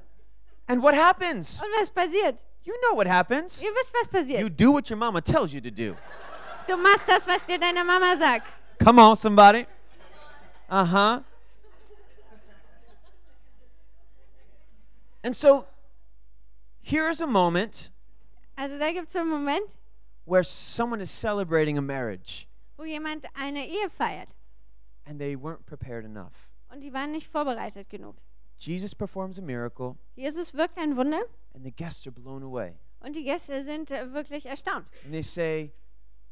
And what happens? Und was passiert? You know what happens. Ihr wisst, was You passiert. do what your mama tells you to do. Du machst das, was dir deine Mama sagt. Come on, somebody. Uh huh. And so here is a moment Also da gibt es so einen Moment, where someone is celebrating a marriage wo jemand eine Ehe feiert. and they weren't prepared enough. Und die waren nicht vorbereitet genug. Jesus performs a miracle Jesus wirkt ein Wunder and the guests are blown away. und die Gäste sind äh, wirklich erstaunt. And they say,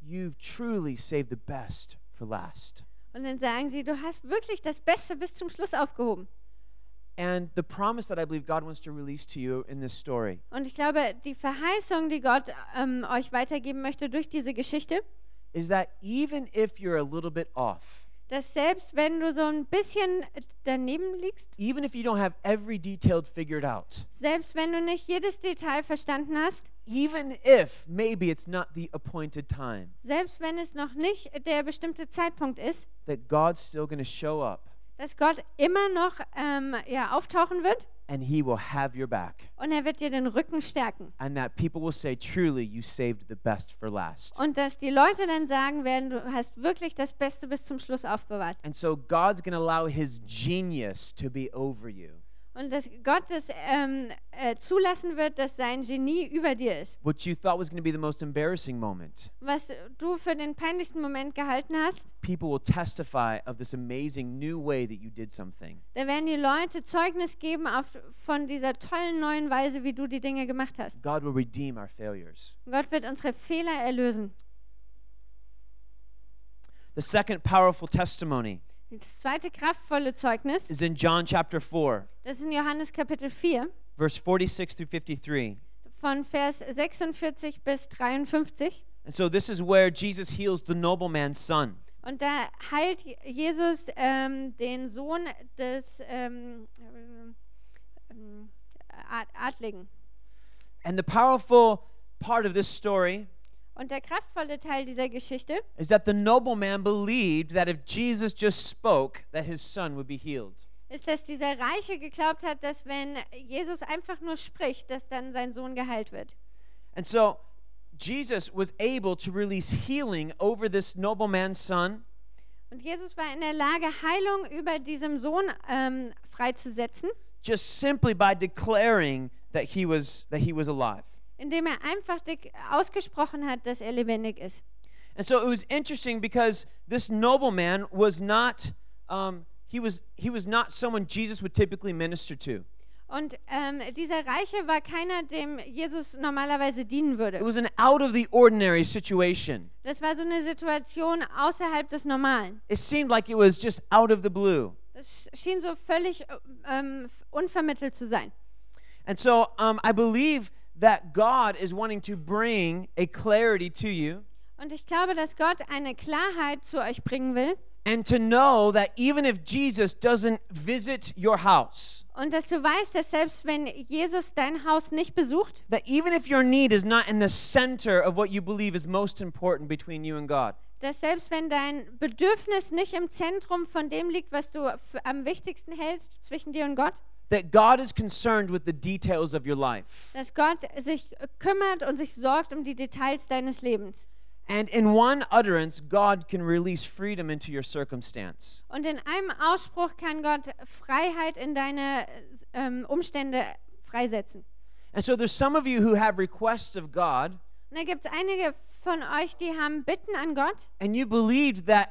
You've truly saved the best for last. Und dann sagen sie, du hast wirklich das Beste bis zum Schluss aufgehoben. And the promise that I believe God wants to release to you in this story Und ich glaube, die Verheißung, die Gott ähm, euch weitergeben möchte durch diese Geschichte, is that even if you're a little bit off, dass selbst wenn du so ein bisschen daneben liegst, even if you don't have every detail figured out, selbst wenn du nicht jedes Detail verstanden hast, even if maybe it's not the appointed time, selbst wenn es noch nicht der bestimmte Zeitpunkt ist, that God's still going to show up dass Gott immer noch ähm, ja, auftauchen wird and He will have your back. und er wird dir den Rücken stärken. And that people will say, Truly, you saved the best for last. Und dass die Leute dann sagen werden, du hast wirklich das Beste bis zum Schluss aufbewahrt. And so God's going to allow His genius to be over you, Und dass Gott es ähm, äh, zulassen wird, dass sein Genie über dir ist. what you thought was going to be the most embarrassing moment. Was du für den peinlichsten Moment gehalten hast, People will testify of this amazing new way that you did something. da werden die Leute Zeugnis geben auf, von dieser tollen neuen Weise, wie du die Dinge gemacht hast. God will redeem our failures. Und Gott wird unsere Fehler erlösen. The second powerful testimony Das zweite kraftvolle Zeugnis, is in John chapter 4, das ist in Johannes Kapitel 4, verse 46 through 53. von Vers 46 bis 53. And so this is where Jesus heals the nobleman's son. Und da heilt Je- Jesus ähm, den Sohn des ähm, ähm, Ad- Adligen. And the powerful part of this story Und der kraftvolle Teil dieser Geschichte is that the nobleman believed that if Jesus just spoke, that his son would be healed. ist, dass dieser Reiche geglaubt hat, dass wenn Jesus einfach nur spricht, dass dann sein Sohn geheilt wird. And so Jesus was able to release healing over this nobleman's son. Und Jesus war in der Lage, Heilung über diesem Sohn ähm, freizusetzen, just simply by declaring that he was that he was alive. indem er einfach dek- ausgesprochen hat, dass er lebendig ist. And so it was interesting because this nobleman was not um, he was he was not someone Jesus would typically minister to. Und ähm, dieser Reiche war keiner, dem Jesus normalerweise dienen It würde. was an out of the ordinary situation. Das war so eine Situation außerhalb des Normalen. It seemed like it was just out of the blue. Das schien so völlig äh, ähm, unvermittelt zu sein. And so um, I believe that God is wanting to bring a clarity to you Und ich glaube, dass Gott eine Klarheit zu euch bringen will and to know that even if Jesus doesn't visit your house, und dass du weißt, dass selbst wenn Jesus dein Haus nicht besucht, that even if your need is not in the center of what you believe is most important between you and God, dass selbst wenn dein Bedürfnis nicht im Zentrum von dem liegt, was du f- am wichtigsten hältst zwischen dir und Gott, that God is concerned with the details of your life. dass Gott sich kümmert und sich sorgt um die Details deines Lebens. And in one utterance, God can release freedom into your circumstance. Und in einem Ausspruch kann Gott Freiheit in deine ähm, Umstände freisetzen. And so there's some of you who have requests of God, Und da gibt es einige von euch, die haben Bitten an Gott and you believed that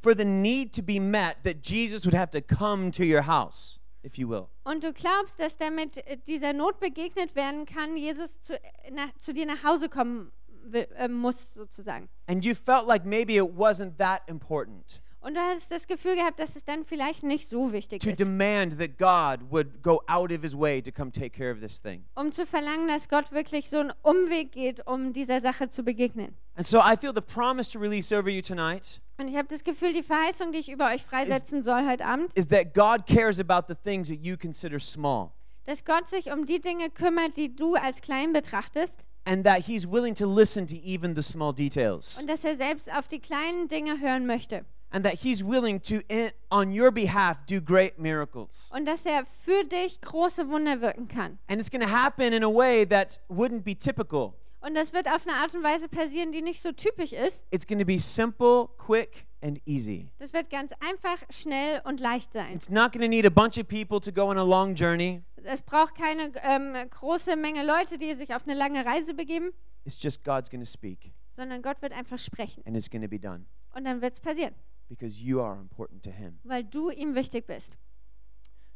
for the need to be met, that Jesus would have to come to your house, if you will. und du glaubst, dass damit äh, dieser Not begegnet werden kann, Jesus zu, äh, nach, zu dir nach Hause kommen will, äh, muss, sozusagen. And you felt like maybe it wasn't that important Und du hast das Gefühl gehabt, dass es dann vielleicht nicht so wichtig to ist, demand that God would go out of his way to come take care of this thing. um zu verlangen, dass Gott wirklich so einen Umweg geht, um dieser Sache zu begegnen. And so I feel the promise to release over you tonight Und ich habe das Gefühl, die Verheißung, die ich über euch freisetzen soll heute Abend, is that God cares about the things that you consider small dass Gott sich um die Dinge kümmert, die du als klein betrachtest and that he's willing to listen to even the small details und dass er selbst auf die kleinen Dinge hören möchte and that he's willing to in, on your behalf do great miracles. und dass er für dich große Wunder wirken kann. And it's going to happen in a way that wouldn't be typical. Und das wird auf eine Art und Weise passieren, die nicht so typisch ist. It's going to be simple, quick, and easy. Das wird ganz einfach, schnell und leicht sein. It's not going to need a bunch of people to go on a long journey. Es braucht keine ähm, große Menge Leute, die sich auf eine lange Reise begeben, It's just God's going to speak sondern Gott wird einfach sprechen and it's going to be done und dann wird es passieren, because you are important to him. weil du ihm wichtig bist.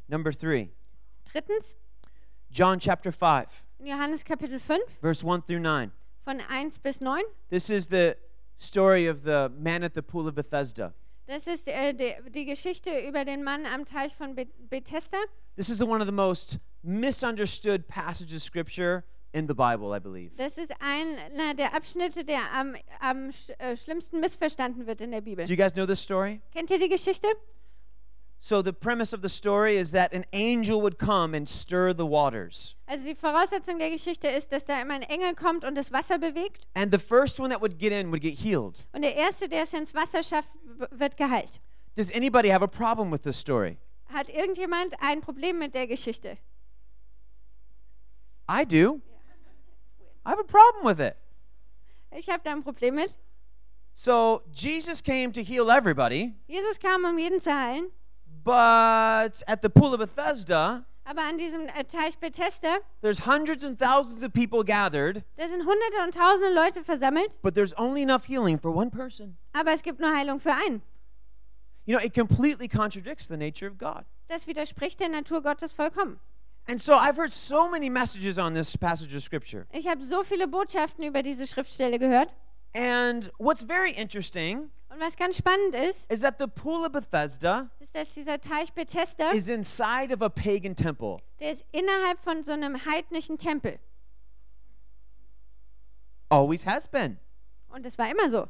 Number 3, Drittens, John chapter 5, in Johannes Kapitel 5 verse 1 through 9. von 1 bis 9. This is the story of the man at the pool of Bethesda. Das ist äh, die, die Geschichte über den Mann am Teich von Be Bethesda. This is the, one of the most misunderstood passages of scripture in the Bible, I believe. Das ist einer der Abschnitte, der am, am sch äh, schlimmsten missverstanden wird in der Bibel. Do you guys know this story? Kennt ihr die Geschichte? So the premise of the story is that an angel would come and stir the waters. Also die Voraussetzung der Geschichte ist, dass da immer ein Engel kommt und das Wasser bewegt. And the first one that would get in would get healed. Und der Erste, der es ins Wasser schafft, w- wird geheilt. Does anybody have a problem with this story? Hat irgendjemand ein Problem mit der Geschichte? I do. I have a problem with it. Ich habe da ein Problem mit. So Jesus came to heal everybody, Jesus kam, um jeden zu heilen. but at the pool of Bethesda, Aber an diesem äh, Teich Bethesda, there's hundreds and thousands of people gathered, da sind hunderte und tausende Leute versammelt, but there's only enough healing for one person. aber es gibt nur Heilung für einen. You know, it completely contradicts the nature of God. Das widerspricht der Natur Gottes vollkommen. And so I've heard so many messages on this passage of scripture. Ich habe so viele Botschaften über diese Schriftstelle gehört. And what's very interesting Und was ganz spannend ist, is that the pool of Bethesda ist, dass dieser Teich Bethesda, is inside of a pagan temple. der ist innerhalb von so einem heidnischen Tempel. Always has been. Und das war immer so.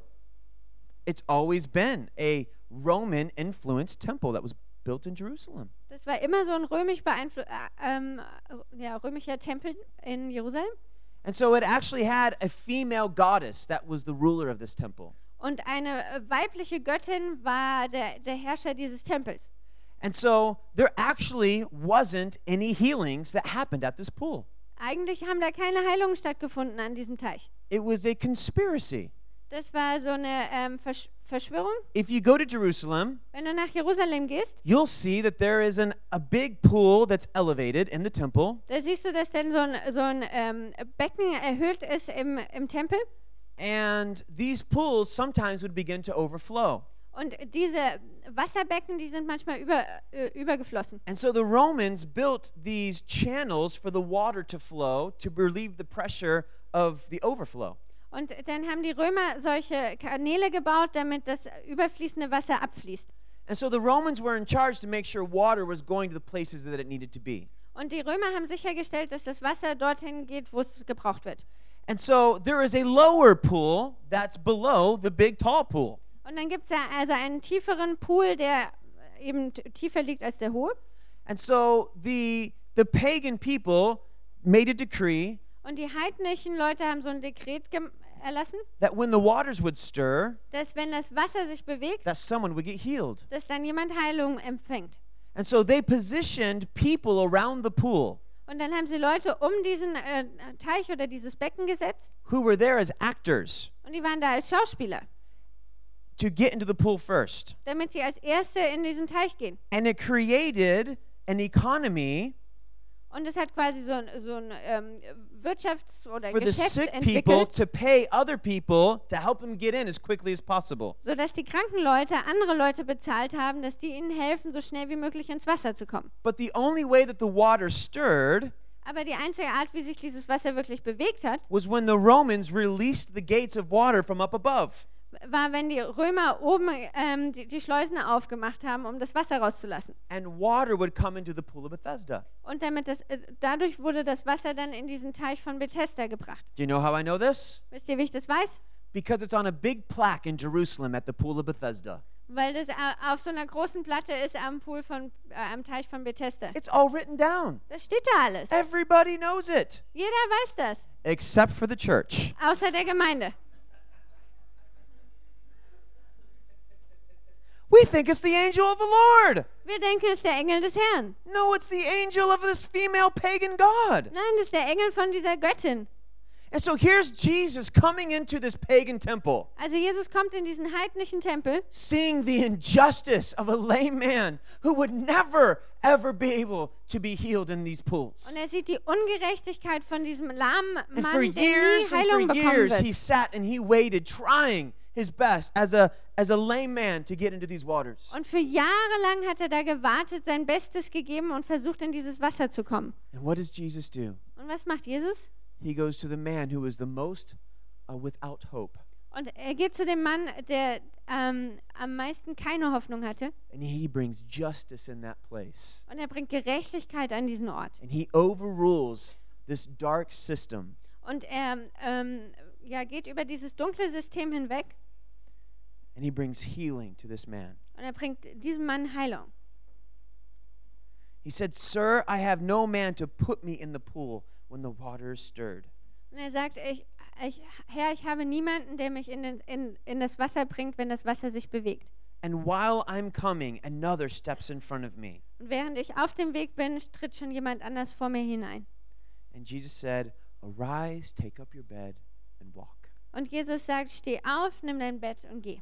It's always been a Roman influenced temple that was built in Jerusalem. Das war immer so ein römisch beeinflu äh, ähm, ja, römischer Tempel in Jerusalem. And so it actually had a female goddess that was the ruler of this temple. Und eine äh, weibliche Göttin war der, der Herrscher dieses Tempels. And so there actually wasn't any healings that happened at this pool. Eigentlich haben da keine Heilungen stattgefunden an diesem Teich. It was a conspiracy. Das war so eine ähm, Versch Verschwörung. If you go to Jerusalem, Wenn du nach Jerusalem gehst, you'll see that there is an, a big pool that's elevated in the temple, Da siehst du, dass dann so ein, so ein ähm, Becken erhöht ist im, im Tempel. and these pools sometimes would begin to overflow. Und diese Wasserbecken, die sind manchmal über, äh, übergeflossen. And so the Romans built these channels for the water to flow to relieve the pressure of the overflow. Und dann haben die Römer solche Kanäle gebaut, damit das überfließende Wasser abfließt. And so the Romans were in charge to make sure water was going to the places that it needed to be. Und die Römer haben sichergestellt, dass das Wasser dorthin geht, wo es gebraucht wird. And so there is a lower pool that's below the big tall pool. Und dann gibt es ja also einen tieferen Pool, der eben t- tiefer liegt als der hohe. And so the the pagan people made a decree Und die heidnischen Leute haben so ein Dekret gem- erlassen, that when the waters would stir, dass wenn das Wasser sich bewegt, that someone would get healed. dass dann jemand Heilung empfängt. And so they positioned people around the pool Und dann haben sie Leute um diesen äh, Teich oder dieses Becken gesetzt who were there as actors und die waren da als Schauspieler, to get into the pool first. damit sie als Erste in diesen Teich gehen. And it created an economy Und es hat quasi so ein, so ein ähm, Wirtschafts- oder for the Geschäft sick people entwickelt, to pay other people to help them get in as quickly as possible. sodass die kranken Leute andere Leute bezahlt haben, dass die ihnen helfen, so schnell wie möglich ins Wasser zu kommen. But the only way that the water stirred Aber die einzige Art, wie sich dieses Wasser wirklich bewegt hat, was when the Romans released the gates of water from up above. war, wenn die Römer oben ähm, die, die Schleusen aufgemacht haben, um das Wasser rauszulassen. And water would come into the pool of Bethesda. Und damit das, äh, dadurch wurde das Wasser dann in diesen Teich von Bethesda gebracht. Do you know how I know this? Wisst ihr, wie ich das weiß? Because it's on a big plaque in Jerusalem at the pool of Bethesda. Weil das au- auf so einer großen Platte ist am Pool von, äh, am Teich von Bethesda. It's all written down. Das steht da alles. Everybody knows it, Jeder weiß das, except for the church. außer der Gemeinde. We think it's the angel of the Lord. Wir denken, es ist der Engel des Herrn. No, it's the angel of this female pagan god. Nein, das ist der Engel von dieser Göttin. And so here's Jesus coming into this pagan temple, Also Jesus kommt in diesen heidnischen Tempel seeing the injustice of a lame man who would never, ever be able to be healed in these pools. und er sieht die Ungerechtigkeit von diesem lahmen And for Mann, der years nie and Heilung for bekommen years, he wird. sat and he waited, trying his best as a as a lame man to get into these waters. Und für Jahre lang hat er da gewartet, sein Bestes gegeben und versucht, in dieses Wasser zu kommen. And what does Jesus do? Und was macht Jesus? He goes to the man who is the most uh, without hope, Und er geht zu dem Mann, der ähm, am meisten keine Hoffnung hatte. and he brings justice in that place, Und er bringt Gerechtigkeit an diesen Ort. and he overrules this dark system. Und er ähm, ja, geht über dieses dunkle System hinweg And he brings healing to this man. und er bringt diesem Mann Heilung. He said, Sir, I have no man to put me in the pool when the water is stirred. Und er sagt, ich, ich, Herr, ich habe niemanden, der mich in, den, in, in das Wasser bringt, wenn das Wasser sich bewegt. And while I'm coming, another steps in front of me. Und während ich auf dem Weg bin, tritt schon jemand anders vor mir hinein. And Jesus said, Arise, take up your bed, and walk. Und Jesus sagt, steh auf, nimm dein Bett und geh.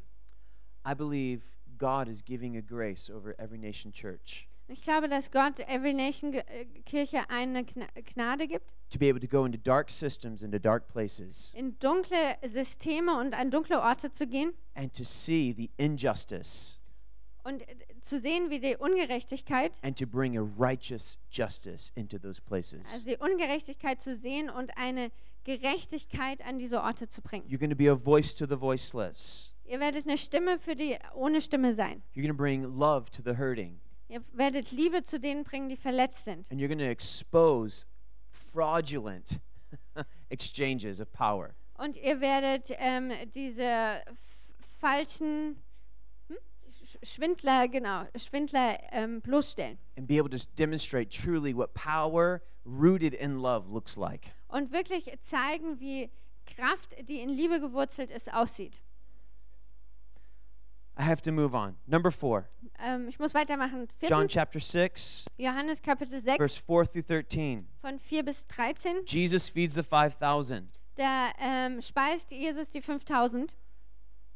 I believe God is giving a grace over every nation church Und Ich glaube, dass Gott Every Nation Ge- äh, Kirche eine Gna- Gnade gibt, to be able to go into dark systems, into dark places, in dunkle Systeme und an dunkle Orte zu gehen and to see the injustice und äh, zu sehen, wie die Ungerechtigkeit and to bring a righteous justice into those Also places. die Ungerechtigkeit zu sehen und eine Gerechtigkeit an diese Orte zu bringen. You're going to be a voice to the voiceless. Ihr werdet eine Stimme für die ohne Stimme sein. You're going to bring love to the hurting. Ihr werdet Liebe zu denen bringen, die verletzt sind. And you're going to expose fraudulent exchanges of power. Und ihr werdet ähm, diese f- falschen hm? Sch- Schwindler, genau, Schwindler ähm, bloßstellen. and be able to s- demonstrate truly what power rooted in love looks like. Und wirklich zeigen, wie Kraft, die in Liebe gewurzelt ist, aussieht. I have to move on. Number four, Ähm, ich muss weitermachen. John Viertens, chapter 6, Johannes Kapitel 6 verse 4 through 13. von 4 bis 13. Jesus feeds the 5,000. Da ähm, speist Jesus die 5000.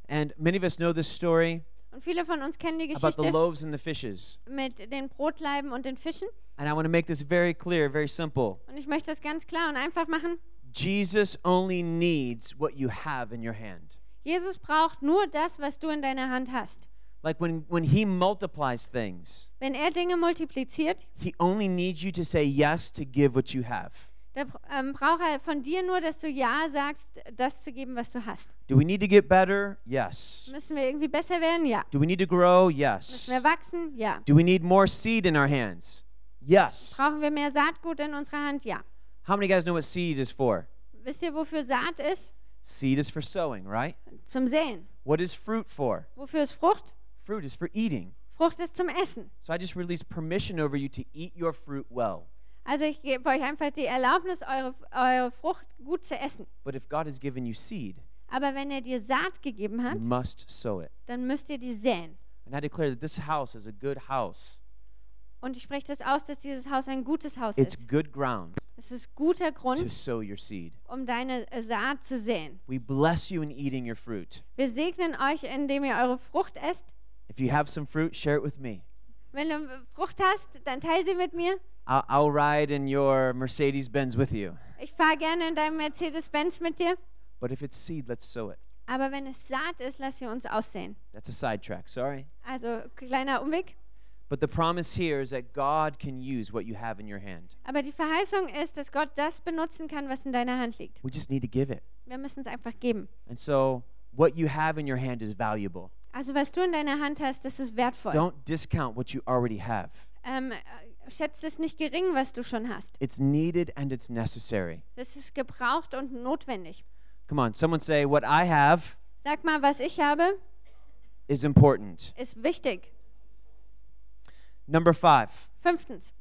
And many of us know this story Und viele von uns kennen die about the Geschichte loaves and the fishes. mit den Brotleiben und den Fischen. And I want to make this very clear, very simple. Und ich möchte das ganz klar und einfach machen. Jesus only needs what you have in your hand. Jesus braucht nur das, was du in deiner Hand hast. Like when, when he multiplies things, Wenn er Dinge multipliziert, he only needs you to say yes to give what you have. da br- ähm, braucht er von dir nur, dass du Ja sagst, das zu geben, was du hast. Do we need to get better? Yes. Müssen wir irgendwie besser werden? Ja. Do we need to grow? Müssen Yes. wir wachsen? Ja. Do we need more seed in our hands? Yes. Brauchen wir mehr Saatgut in unserer Hand? Ja. How many of you guys know what seed is for? Wisst ihr, wofür Saat ist? Seed is for sowing, right? Zum Säen. What is fruit for? Wofür ist Frucht? Fruit is for eating. Frucht ist zum Essen. So I just release permission over you to eat your fruit well. Also ich gebe euch einfach die Erlaubnis, eure, eure Frucht gut zu essen. But if God has given you seed, Aber wenn er dir Saat gegeben you hat, must sow it. dann müsst ihr die säen. And I declare that this house is a good house Und ich spreche das aus, dass dieses Haus ein gutes Haus It's ist. good ground Es ist guter to Grund, sow your seed. um deine äh, Saat zu säen. We bless you in eating your fruit. Wir segnen euch, indem ihr eure Frucht esst. If you have some fruit, share it with me. Wenn du äh, Frucht hast, dann teile sie mit mir. I'll, I'll ride in your Mercedes Benz with you. Ich fahre gerne in deinem Mercedes-Benz mit dir. But if it's seed, let's sow it. Aber wenn es Saat ist, lass sie uns aussehen. That's a sidetrack, sorry. Also kleiner Umweg. But the promise here is that God can use what you have in your hand. Aber die Verheißung ist, dass Gott das benutzen kann, was in deiner Hand liegt. We just need to give it. Wir müssen es einfach geben. And so, what you have in your hand is valuable. Also was du in deiner Hand hast, das ist wertvoll. Don't discount what you already have. Ähm, äh, schätzt es nicht gering, was du schon hast. It's needed and it's necessary. Das ist gebraucht und notwendig. Come on, someone say, What I have Sag mal, was ich habe, is important. ist wichtig. Number five, Fünftens,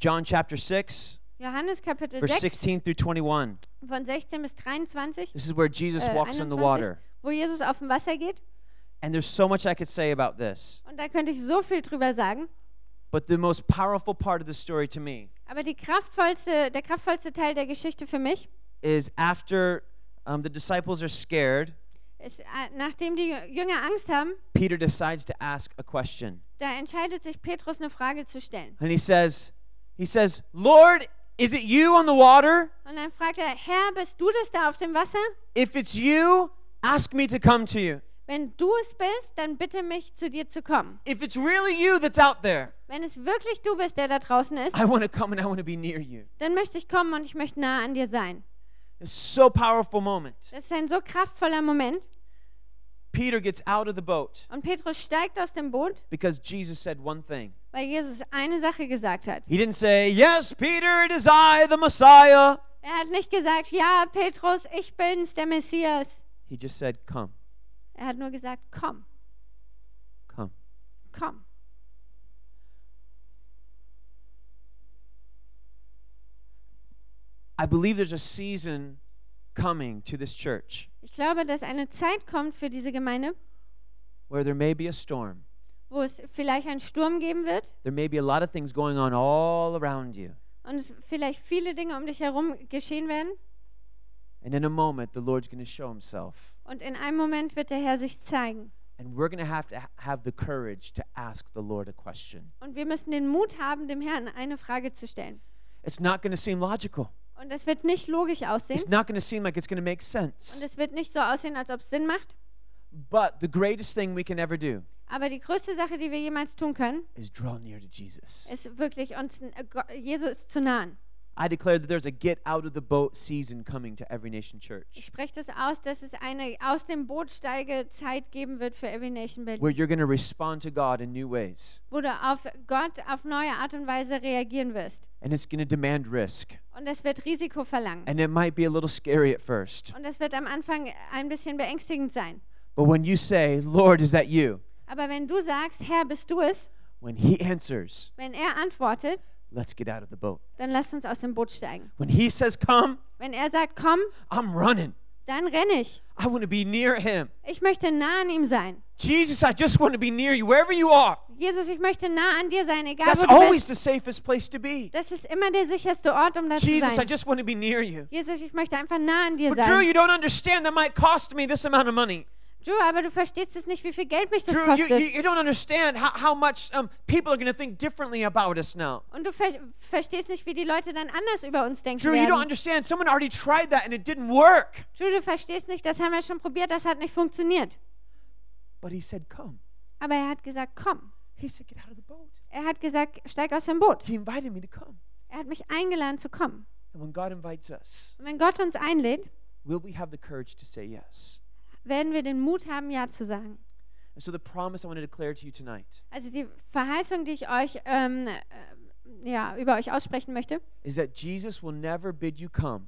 John chapter 6, Johannes Kapitel verse 6 16 through 21. von 16 bis 23, This is where Jesus äh, walks on the 21, water. wo Jesus auf dem Wasser geht. And there's so much I could say about this. Und da könnte ich so viel drüber sagen. But the most powerful part of the story to me Aber die kraftvollste, der kraftvollste Teil der Geschichte für mich is after um, the disciples are scared, ist, äh, nachdem die Jünger Angst haben, Peter decides to ask a question. da entscheidet sich Petrus, eine Frage zu stellen. And he says, he says, "Lord, is it you on the water? Und dann fragt er, Herr, bist du das da auf dem Wasser? If it's you, ask me to come to you. Wenn du es bist, dann bitte mich, zu dir zu kommen. If it's really you that's out there, Wenn es wirklich du bist, der da draußen ist, I want to come and I want to be near you." dann möchte ich kommen und ich möchte nah an dir sein. It's so powerful moment. Das ist ein so kraftvoller Moment. Peter gets out of the boat Und Petrus steigt aus dem Boot, because Jesus said one thing. weil Jesus eine Sache gesagt hat. He didn't say, "Yes, Peter, it is I, the Messiah." Er hat nicht gesagt, ja, Petrus, ich bin's, der Messias. He just said, "Come, Er hat nur gesagt, komm, come." komm. I believe there's a season coming to this church Ich glaube, dass eine Zeit kommt für diese Gemeinde, where there may be a storm. wo es vielleicht einen Sturm geben wird There may be a lot of things going on all around you. und es vielleicht viele Dinge um dich herum geschehen werden. And in a moment, the Lord's going to show himself. Und in einem Moment wird der Herr sich zeigen. And we're going to have to ha- have the courage to ask the Lord a question. Und wir müssen den Mut haben, dem Herrn eine Frage zu stellen. It's not going to seem logical. Und das wird nicht logisch aussehen. It's not going to seem like it's going to make Und sense. es wird nicht so aussehen, als ob es Sinn macht. But the greatest thing we can ever do Aber die größte Sache, die wir jemals tun können, is draw near to Jesus. ist wirklich uns äh, Go- Jesus zu nahen. I declare that there's a get out of the boat season coming to Every Nation Ich Church spreche das aus, dass es eine aus dem Boot steige Zeit geben wird für Every Nation Berlin, where you're going to respond to God in new ways. wo du auf Gott auf neue Art und Weise reagieren wirst. And it's going to demand risk. Und das wird Risiko verlangen. And it might be a little scary at first. Und das wird am Anfang ein bisschen beängstigend sein. But when you say, Lord, is that you? Aber wenn du sagst, Herr, bist du es, When he answers, wenn er antwortet, let's get out of the boat. dann lasst uns aus dem Boot steigen. When he says, Come, Wenn er sagt, komm, I'm running. dann renne ich. I want to be near him. Ich möchte nah an ihm sein. Jesus, I just want to be near you wherever you are. Jesus, ich möchte nah an dir sein, egal That's wo du always bist. the safest place to be. Das ist immer der sicherste Ort, um da zu Jesus, I sein. just want to be near you. Jesus, ich möchte einfach nah an dir But Drew, sein. you don't understand. That might cost me this amount of money. Drew, aber du verstehst es nicht, wie viel Geld mich das Drew, you, you, kostet. you don't understand how, how much um, people are going to think differently about us now. Und du ver verstehst nicht, wie die Leute dann anders über uns denken Drew, you don't werden. understand. Someone already tried that and it didn't work. Drew, du verstehst nicht, das haben wir schon probiert, das hat nicht funktioniert. But he said, Come. Aber er hat gesagt, komm. He said, Get out of the boat. Er hat gesagt, steig aus dem Boot. He invited me to come. Er hat mich eingeladen zu kommen. And when God invites us, Und wenn Gott uns einlädt, will we have the courage to say yes? werden wir den Mut haben, Ja zu sagen. And so the promise I want to declare to you tonight Also die Verheißung, die ich euch ähm, äh, ja, über euch aussprechen möchte, is that Jesus will never bid you come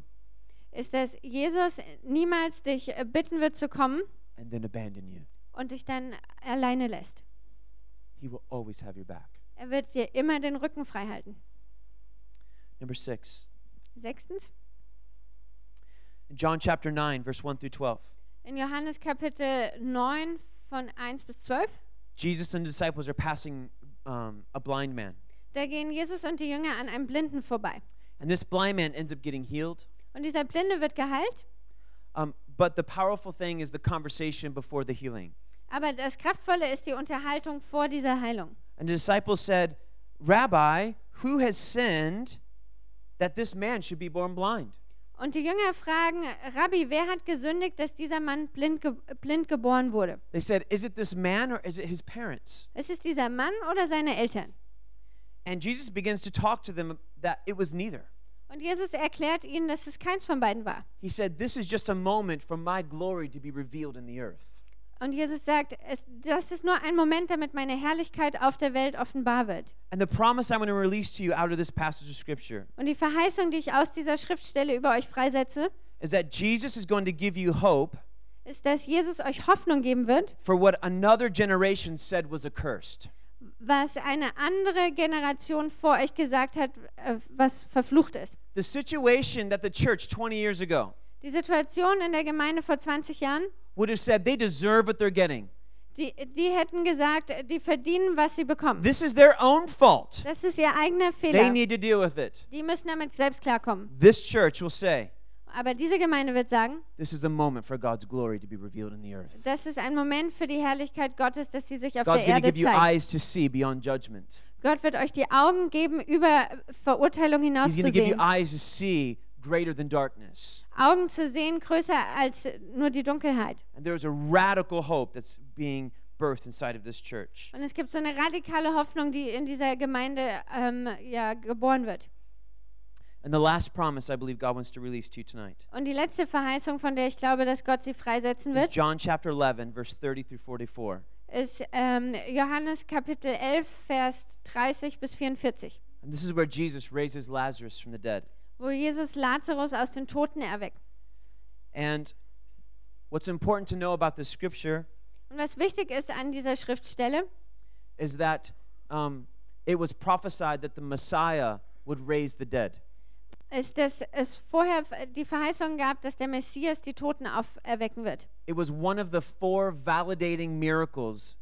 ist, dass Jesus niemals dich äh, bitten wird zu kommen and then abandon you. und dich dann alleine lässt. He will always have your back. Er wird dir immer den Rücken frei halten. Number six, Sechstens, in John chapter 9, verse 1 through 12. in Johannes Kapitel 9 von 1 bis 12, Jesus and the disciples are passing um, a blind man. Da gehen Jesus und die Jünger an einem Blinden vorbei. And this blind man ends up getting healed. Und dieser Blinde wird geheilt, Um, but the powerful thing is the conversation before the healing. aber das Kraftvolle ist die Unterhaltung vor dieser Heilung. And the disciples said, Rabbi, who has sinned that this man should be born blind? Und die Jünger fragen, Rabbi, wer hat gesündigt, dass dieser Mann blind, ge blind geboren wurde? They said, Is it this man or is it his parents? Ist es dieser Mann oder seine Eltern? And Jesus begins to talk to them that it was neither. Und Jesus erklärt ihnen, dass es keins von beiden war. He said, This is just a moment for my glory to be revealed in the earth. Und Jesus sagt, es, das ist nur ein Moment, damit meine Herrlichkeit auf der Welt offenbar wird. And the promise I'm going to release to you out of this passage of scripture Und die Verheißung, die ich aus dieser Schriftstelle über euch freisetze, is that Jesus is going to give you hope ist, dass Jesus euch Hoffnung geben wird, for what another generation said was accursed. was eine andere Generation vor euch gesagt hat, äh, was verflucht ist. The situation that the church 20 years ago Die Situation in der Gemeinde vor 20 Jahren, would have said they deserve what they're getting. die, die hätten gesagt, die verdienen, was sie bekommen. This is their own fault. Das ist ihr eigener They Fehler. need to deal with it. Die müssen damit selbst klarkommen. This church will say, Aber diese Gemeinde wird sagen, This is a moment for God's glory to be revealed in the earth. das ist ein Moment für die Herrlichkeit Gottes, dass sie sich auf God's der going to Erde give you zeigt. eyes to see beyond judgment. Gott wird euch die Augen geben, über Verurteilung hinaus He's zu going to give you sehen. eyes to see greater than darkness. Augen zu sehen, größer als nur die Dunkelheit. And there is a radical hope that's being birthed inside of this church. Und es gibt so eine radikale Hoffnung, die in dieser Gemeinde ähm, ja, geboren wird. And the last promise I believe God wants to release to you tonight Und die letzte Verheißung, von der ich glaube, dass Gott sie freisetzen is wird, John chapter 11, verse 30 through 44. ist ähm, Johannes Kapitel 11, Vers 30 bis 44, And this is where Jesus raises Lazarus from the dead. wo Jesus Lazarus aus den Toten erweckt. And what's important to know about this scripture Und was wichtig ist an dieser Schriftstelle, is that um, it was prophesied that the Messiah would raise the dead. ist, dass es vorher die Verheißung gab, dass der Messias die Toten auferwecken wird. It was one of the four validating miracles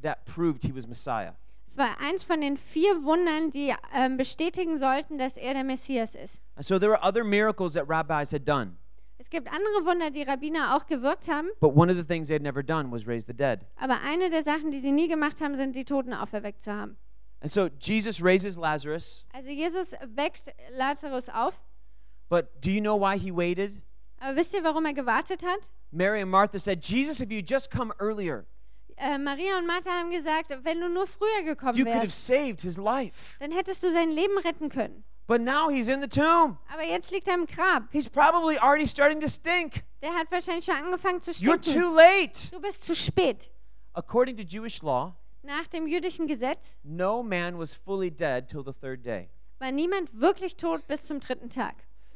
that proved he was Messiah. Es war eins von den vier Wundern, die ähm, bestätigen sollten, dass er der Messias ist. And so there were other miracles that rabbis had done, Es gibt andere Wunder, die Rabbiner auch gewirkt haben, but one of the things they had never done was raise the dead. aber eine der Sachen, die sie nie gemacht haben, sind die Toten auferweckt zu haben. And so Jesus raises Lazarus, Also Jesus weckt Lazarus auf, but do you know why he waited? aber wisst ihr, warum er gewartet hat? Mary and Martha said, Jesus, if you just come earlier, Äh, Maria und Martha haben gesagt, wenn du nur früher gekommen you could have wärst, saved his life. dann hättest du sein Leben retten können. But now he's in the tomb. Aber jetzt liegt er im Grab. He's probably already starting to stink. Der hat wahrscheinlich schon angefangen zu You're stinken. too late. Du bist zu spät. According to Jewish law, Nach dem jüdischen Gesetz no man was fully dead till the third day. war niemand wirklich tot bis zum dritten Tag.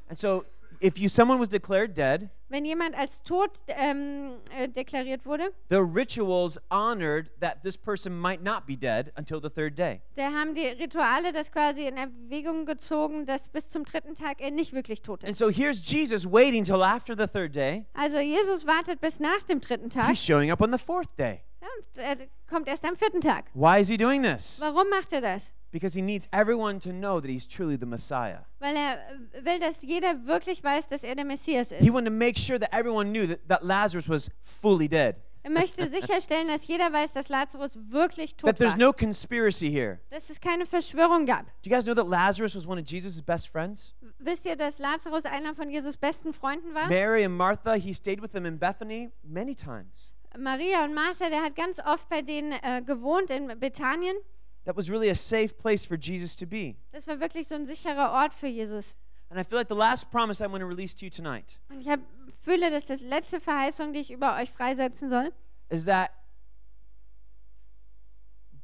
And so, if you someone was declared dead, Wenn jemand als tot ähm, äh, deklariert wurde, the rituals honored that this person might not be dead until the third day. da haben die Rituale das quasi in Erwägung gezogen, dass bis zum dritten Tag er nicht wirklich tot And ist. so here's Jesus waiting till after the third day. Also Jesus wartet bis nach dem dritten Tag He's showing up on the fourth day. ja, und er kommt erst am vierten Tag. Why is he doing this? Warum macht er das? Because he needs everyone to know that he's truly the Messiah. Weil er äh, will, dass jeder wirklich weiß, dass er der Messias He ist. wanted to make sure that everyone knew that, that Lazarus was fully dead. Er möchte sicherstellen, dass jeder weiß, dass Lazarus wirklich That tot there's war. no conspiracy here. dass es keine Verschwörung gab. Do you guys know that Lazarus was one of Jesus' best friends? Wisst ihr, dass Lazarus einer von Jesus besten Freunden war? Mary and Martha, he stayed with them in Bethany many times. Maria und Martha, der hat ganz oft bei denen äh, gewohnt in Bethanien. That was really a safe place for Jesus to be. Das war wirklich so ein sicherer Ort für Jesus. And I feel like the last promise I'm going to release to you tonight Und ich hab, fühle, dass das letzte Verheißung, die ich über euch freisetzen soll, is that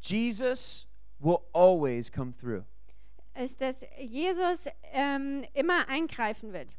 Jesus will always come through. ist, dass Jesus ähm, immer eingreifen wird.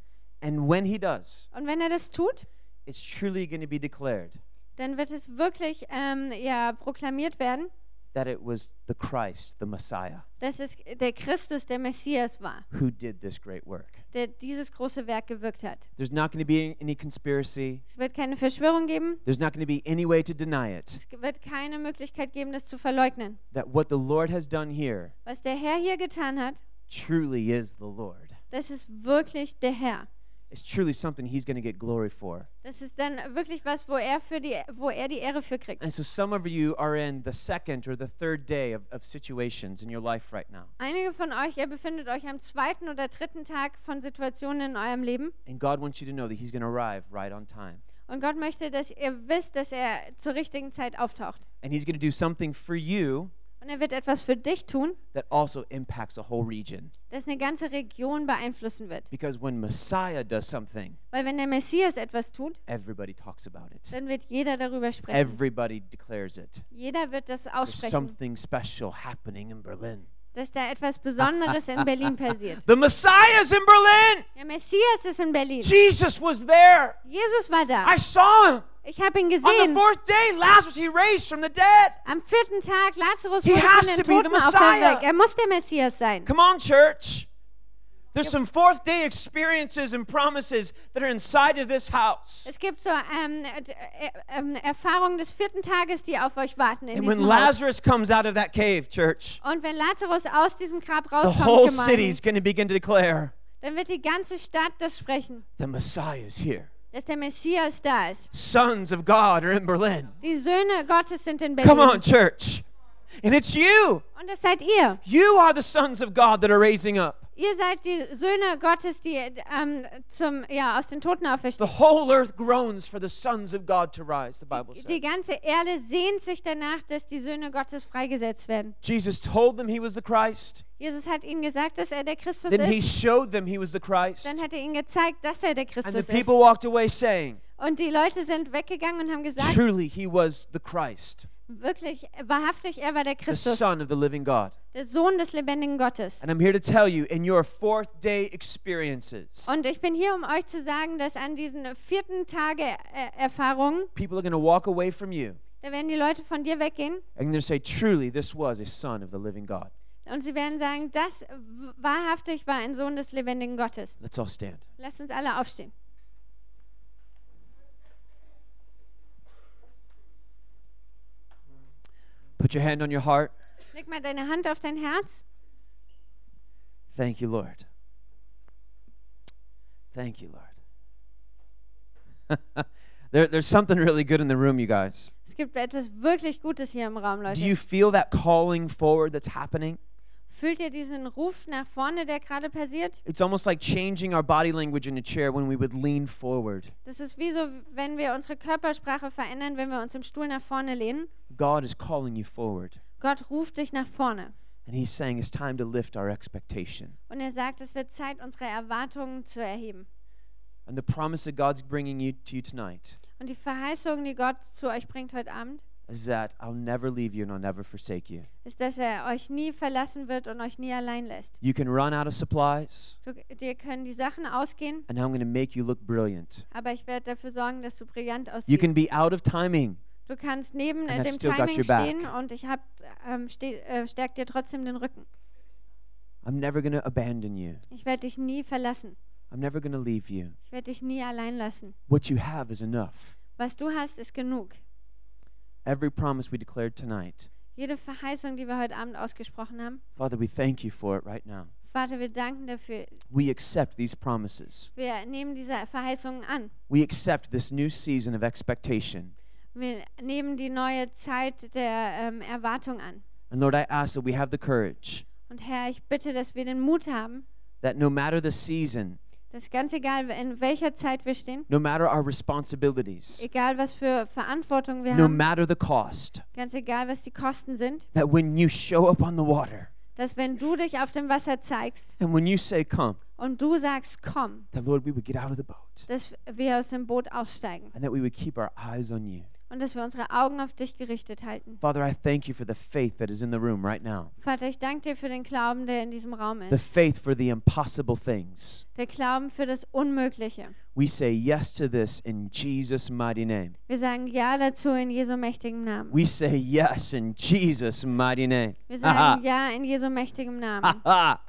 And when he does, Und wenn er das tut, it's truly going to be declared dann wird es wirklich ähm, ja, proklamiert werden, that it was the Christ, the Messiah, dass es der Christus, der Messias war, who did this great work. der dieses große Werk gewirkt hat. There's not going to be any conspiracy. Es wird keine Verschwörung geben. There's not going to be any way to deny it. Es wird keine Möglichkeit geben, das zu verleugnen. That what the Lord has done here Was der Herr hier getan hat, truly is the Lord. das ist wirklich der Herr. It's truly something He's going to get glory for. Das ist dann wirklich was, wo er, für die, wo er die Ehre für kriegt. And so some of you are in the second or the third day of, of situations in your life right now. Einige von euch, ihr befindet euch am zweiten oder dritten Tag von Situationen in eurem Leben. And God wants you to know that He's going to arrive right on time. Und Gott möchte, dass ihr wisst, dass er zur richtigen Zeit auftaucht. And He's going to do something for you Und er wird etwas für dich tun, that also impacts a whole region. das eine ganze Region beeinflussen wird. Because when Messiah does something, Weil wenn der Messias etwas tut, everybody talks about it, dann wird jeder darüber sprechen. everybody declares it. Jeder wird das There's aussprechen, something special happening in Berlin. dass da etwas Besonderes in Berlin passiert. The Messiah's in Berlin! Der Messias ist in Berlin. Jesus was there! Jesus war da. I saw him! Ich habe ihn On the gesehen. fourth day, Lazarus he raised from the dead! Am vierten Tag Lazarus He wurde has von to den be the Toten Messiah. auferweckt. Er muss der Messias sein. Come on, church! There's some fourth day experiences and promises that are inside of this house. Es gibt so ähm, d- äh, ähm, Erfahrungen des vierten Tages, die auf euch warten in And when diesem Haus. Lazarus comes out of that cave, church, Und wenn Lazarus aus diesem Grab the rauskommt, whole city's Gemeinde, going to begin to declare dann wird die ganze Stadt das sprechen, the Messiah is here. dass der Messias da ist. Sons of God are in Berlin. Die Söhne Gottes sind in Berlin. Come on, church. And it's you. Und das seid ihr. You are the sons of God that are raising up. Ihr seid die Söhne Gottes, die ähm, zum, ja, aus den Toten The auferstehen. whole earth groans for the sons of God to rise, the Bible Die says. ganze Erde sehnt sich danach, dass die Söhne Gottes freigesetzt werden. Jesus told them he was the Christ. Jesus hat ihnen gesagt, dass er der Christus Then he ist. showed them he was the Christ. Dann hat er ihnen gezeigt, dass er der And the Christus ist. people walked away saying, Und die Leute sind weggegangen und haben gesagt, Truly, he was the Christ, wirklich, wahrhaftig, er war der the Christus, Son of the living God. der Sohn des lebendigen Gottes. And I'm here to tell you in your fourth day experiences, Und ich bin hier, um euch zu sagen, dass an diesen vierten Tage äh, Erfahrungen, people are going to walk away from you da werden die Leute von dir weggehen and they're going to say, Truly, this was a son of the living God. und sie werden sagen, das w- wahrhaftig war ein Sohn des lebendigen Gottes. Let's all stand. Lasst uns alle aufstehen. Put your hand on your heart. Leg mal deine Hand auf dein Herz. Thank you, Lord. Thank you, Lord. there, there's something really good in the room, you guys. Es gibt etwas wirklich Gutes hier im Raum, Do you Leute. feel that calling forward that's happening? Fühlt ihr diesen Ruf nach vorne, der gerade passiert? It's almost like changing our body language in a chair when we would lean forward. Das ist wie so, wenn wir unsere Körpersprache verändern, wenn wir uns im Stuhl nach vorne lehnen. God is calling you forward, Gott ruft dich nach vorne. and He's saying it's time to lift our expectation. Und er sagt, es wird Zeit, unsere Erwartungen zu erheben. And the promise that God's bringing you to you tonight Und die Verheißung, die Gott zu euch bringt heute Abend, is that I'll never leave you and I'll never forsake you. ist, dass er euch nie verlassen wird und euch nie allein lässt. You can run out of supplies, Du, dir können die Sachen ausgehen, and I'm going to make you look brilliant. aber ich werde dafür sorgen, dass du brillant You can aussiehst. be out of timing, Du kannst neben And äh, I've dem still got Timing your back. stehen und ich hab, ähm, ste äh, stärk dir trotzdem den Rücken. I'm never going to abandon you. Ich werde dich nie verlassen. I'm never going to leave you. Ich werde dich nie allein lassen. What you have is enough. Was du hast, ist genug. Every promise we declared tonight, Jede Verheißung, die wir heute Abend ausgesprochen haben, Father, we thank you for it right now. Vater, wir danken dafür. We accept these promises. Wir nehmen diese Verheißungen an. We accept this new season of expectation. Wir nehmen die neue Zeit der ähm, Erwartung an. And Lord, I ask that we have the courage Und Herr, ich bitte, dass wir den Mut haben, that no matter the season, dass ganz egal, in welcher Zeit wir stehen, no matter our responsibilities, egal was für Verantwortung wir no haben, matter the cost, ganz egal, was die Kosten sind, that when you show up on the water dass wenn du dich auf dem Wasser zeigst and when you say, Come, und du sagst, komm, that Lord, we would get out of the boat dass wir aus dem Boot aussteigen and that we would keep our eyes on you. und dass wir unsere Augen auf dich gerichtet halten. Father, I thank you for the faith that is in the room right now. Vater, ich danke dir für den Glauben, der in diesem Raum The ist. faith for the impossible things. Der Glauben für das Unmögliche. We say yes to this in Jesus' mighty name. Wir sagen Ja dazu in Jesu mächtigem Namen. We say yes in Jesus' mighty name. Wir Ha sagen Ja in Jesu mächtigem ha Namen. ha.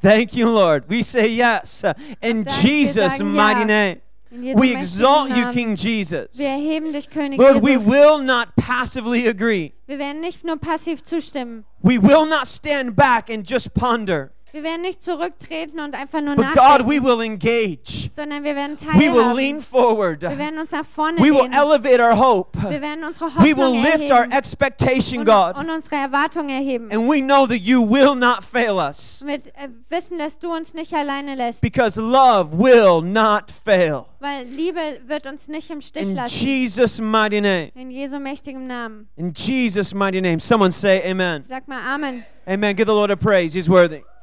Thank you, Lord. We say yes uh, in Und danke, wir Jesus' sagen mighty ja. name. In Jesu We mächtigem exalt you, Namen. King Jesus. Wir erheben dich, König Lord, we Jesus. will not passively agree. Wir werden nicht nur passiv zustimmen. We will not stand back and just ponder. Wir werden nicht zurücktreten und einfach nur But God, we nachdenken, will engage. sondern wir werden We will lean teilhaben. forward. Wir werden uns nach vorne We will lehnen. elevate our hope. Wir werden unsere We will Hoffnung lift our erheben expectation, und, God. und unsere Erwartung erheben. And we know that you will not fail us. Mit äh, Wissen, dass du uns nicht alleine lässt. Because love will not fail. Weil Liebe wird uns nicht im Stich In lassen. Jesus' mighty name. In Jesu mächtigem Namen. In Jesus' mighty name. Someone say amen. Sag mal Amen. Amen. Give the Lord a praise. He's worthy.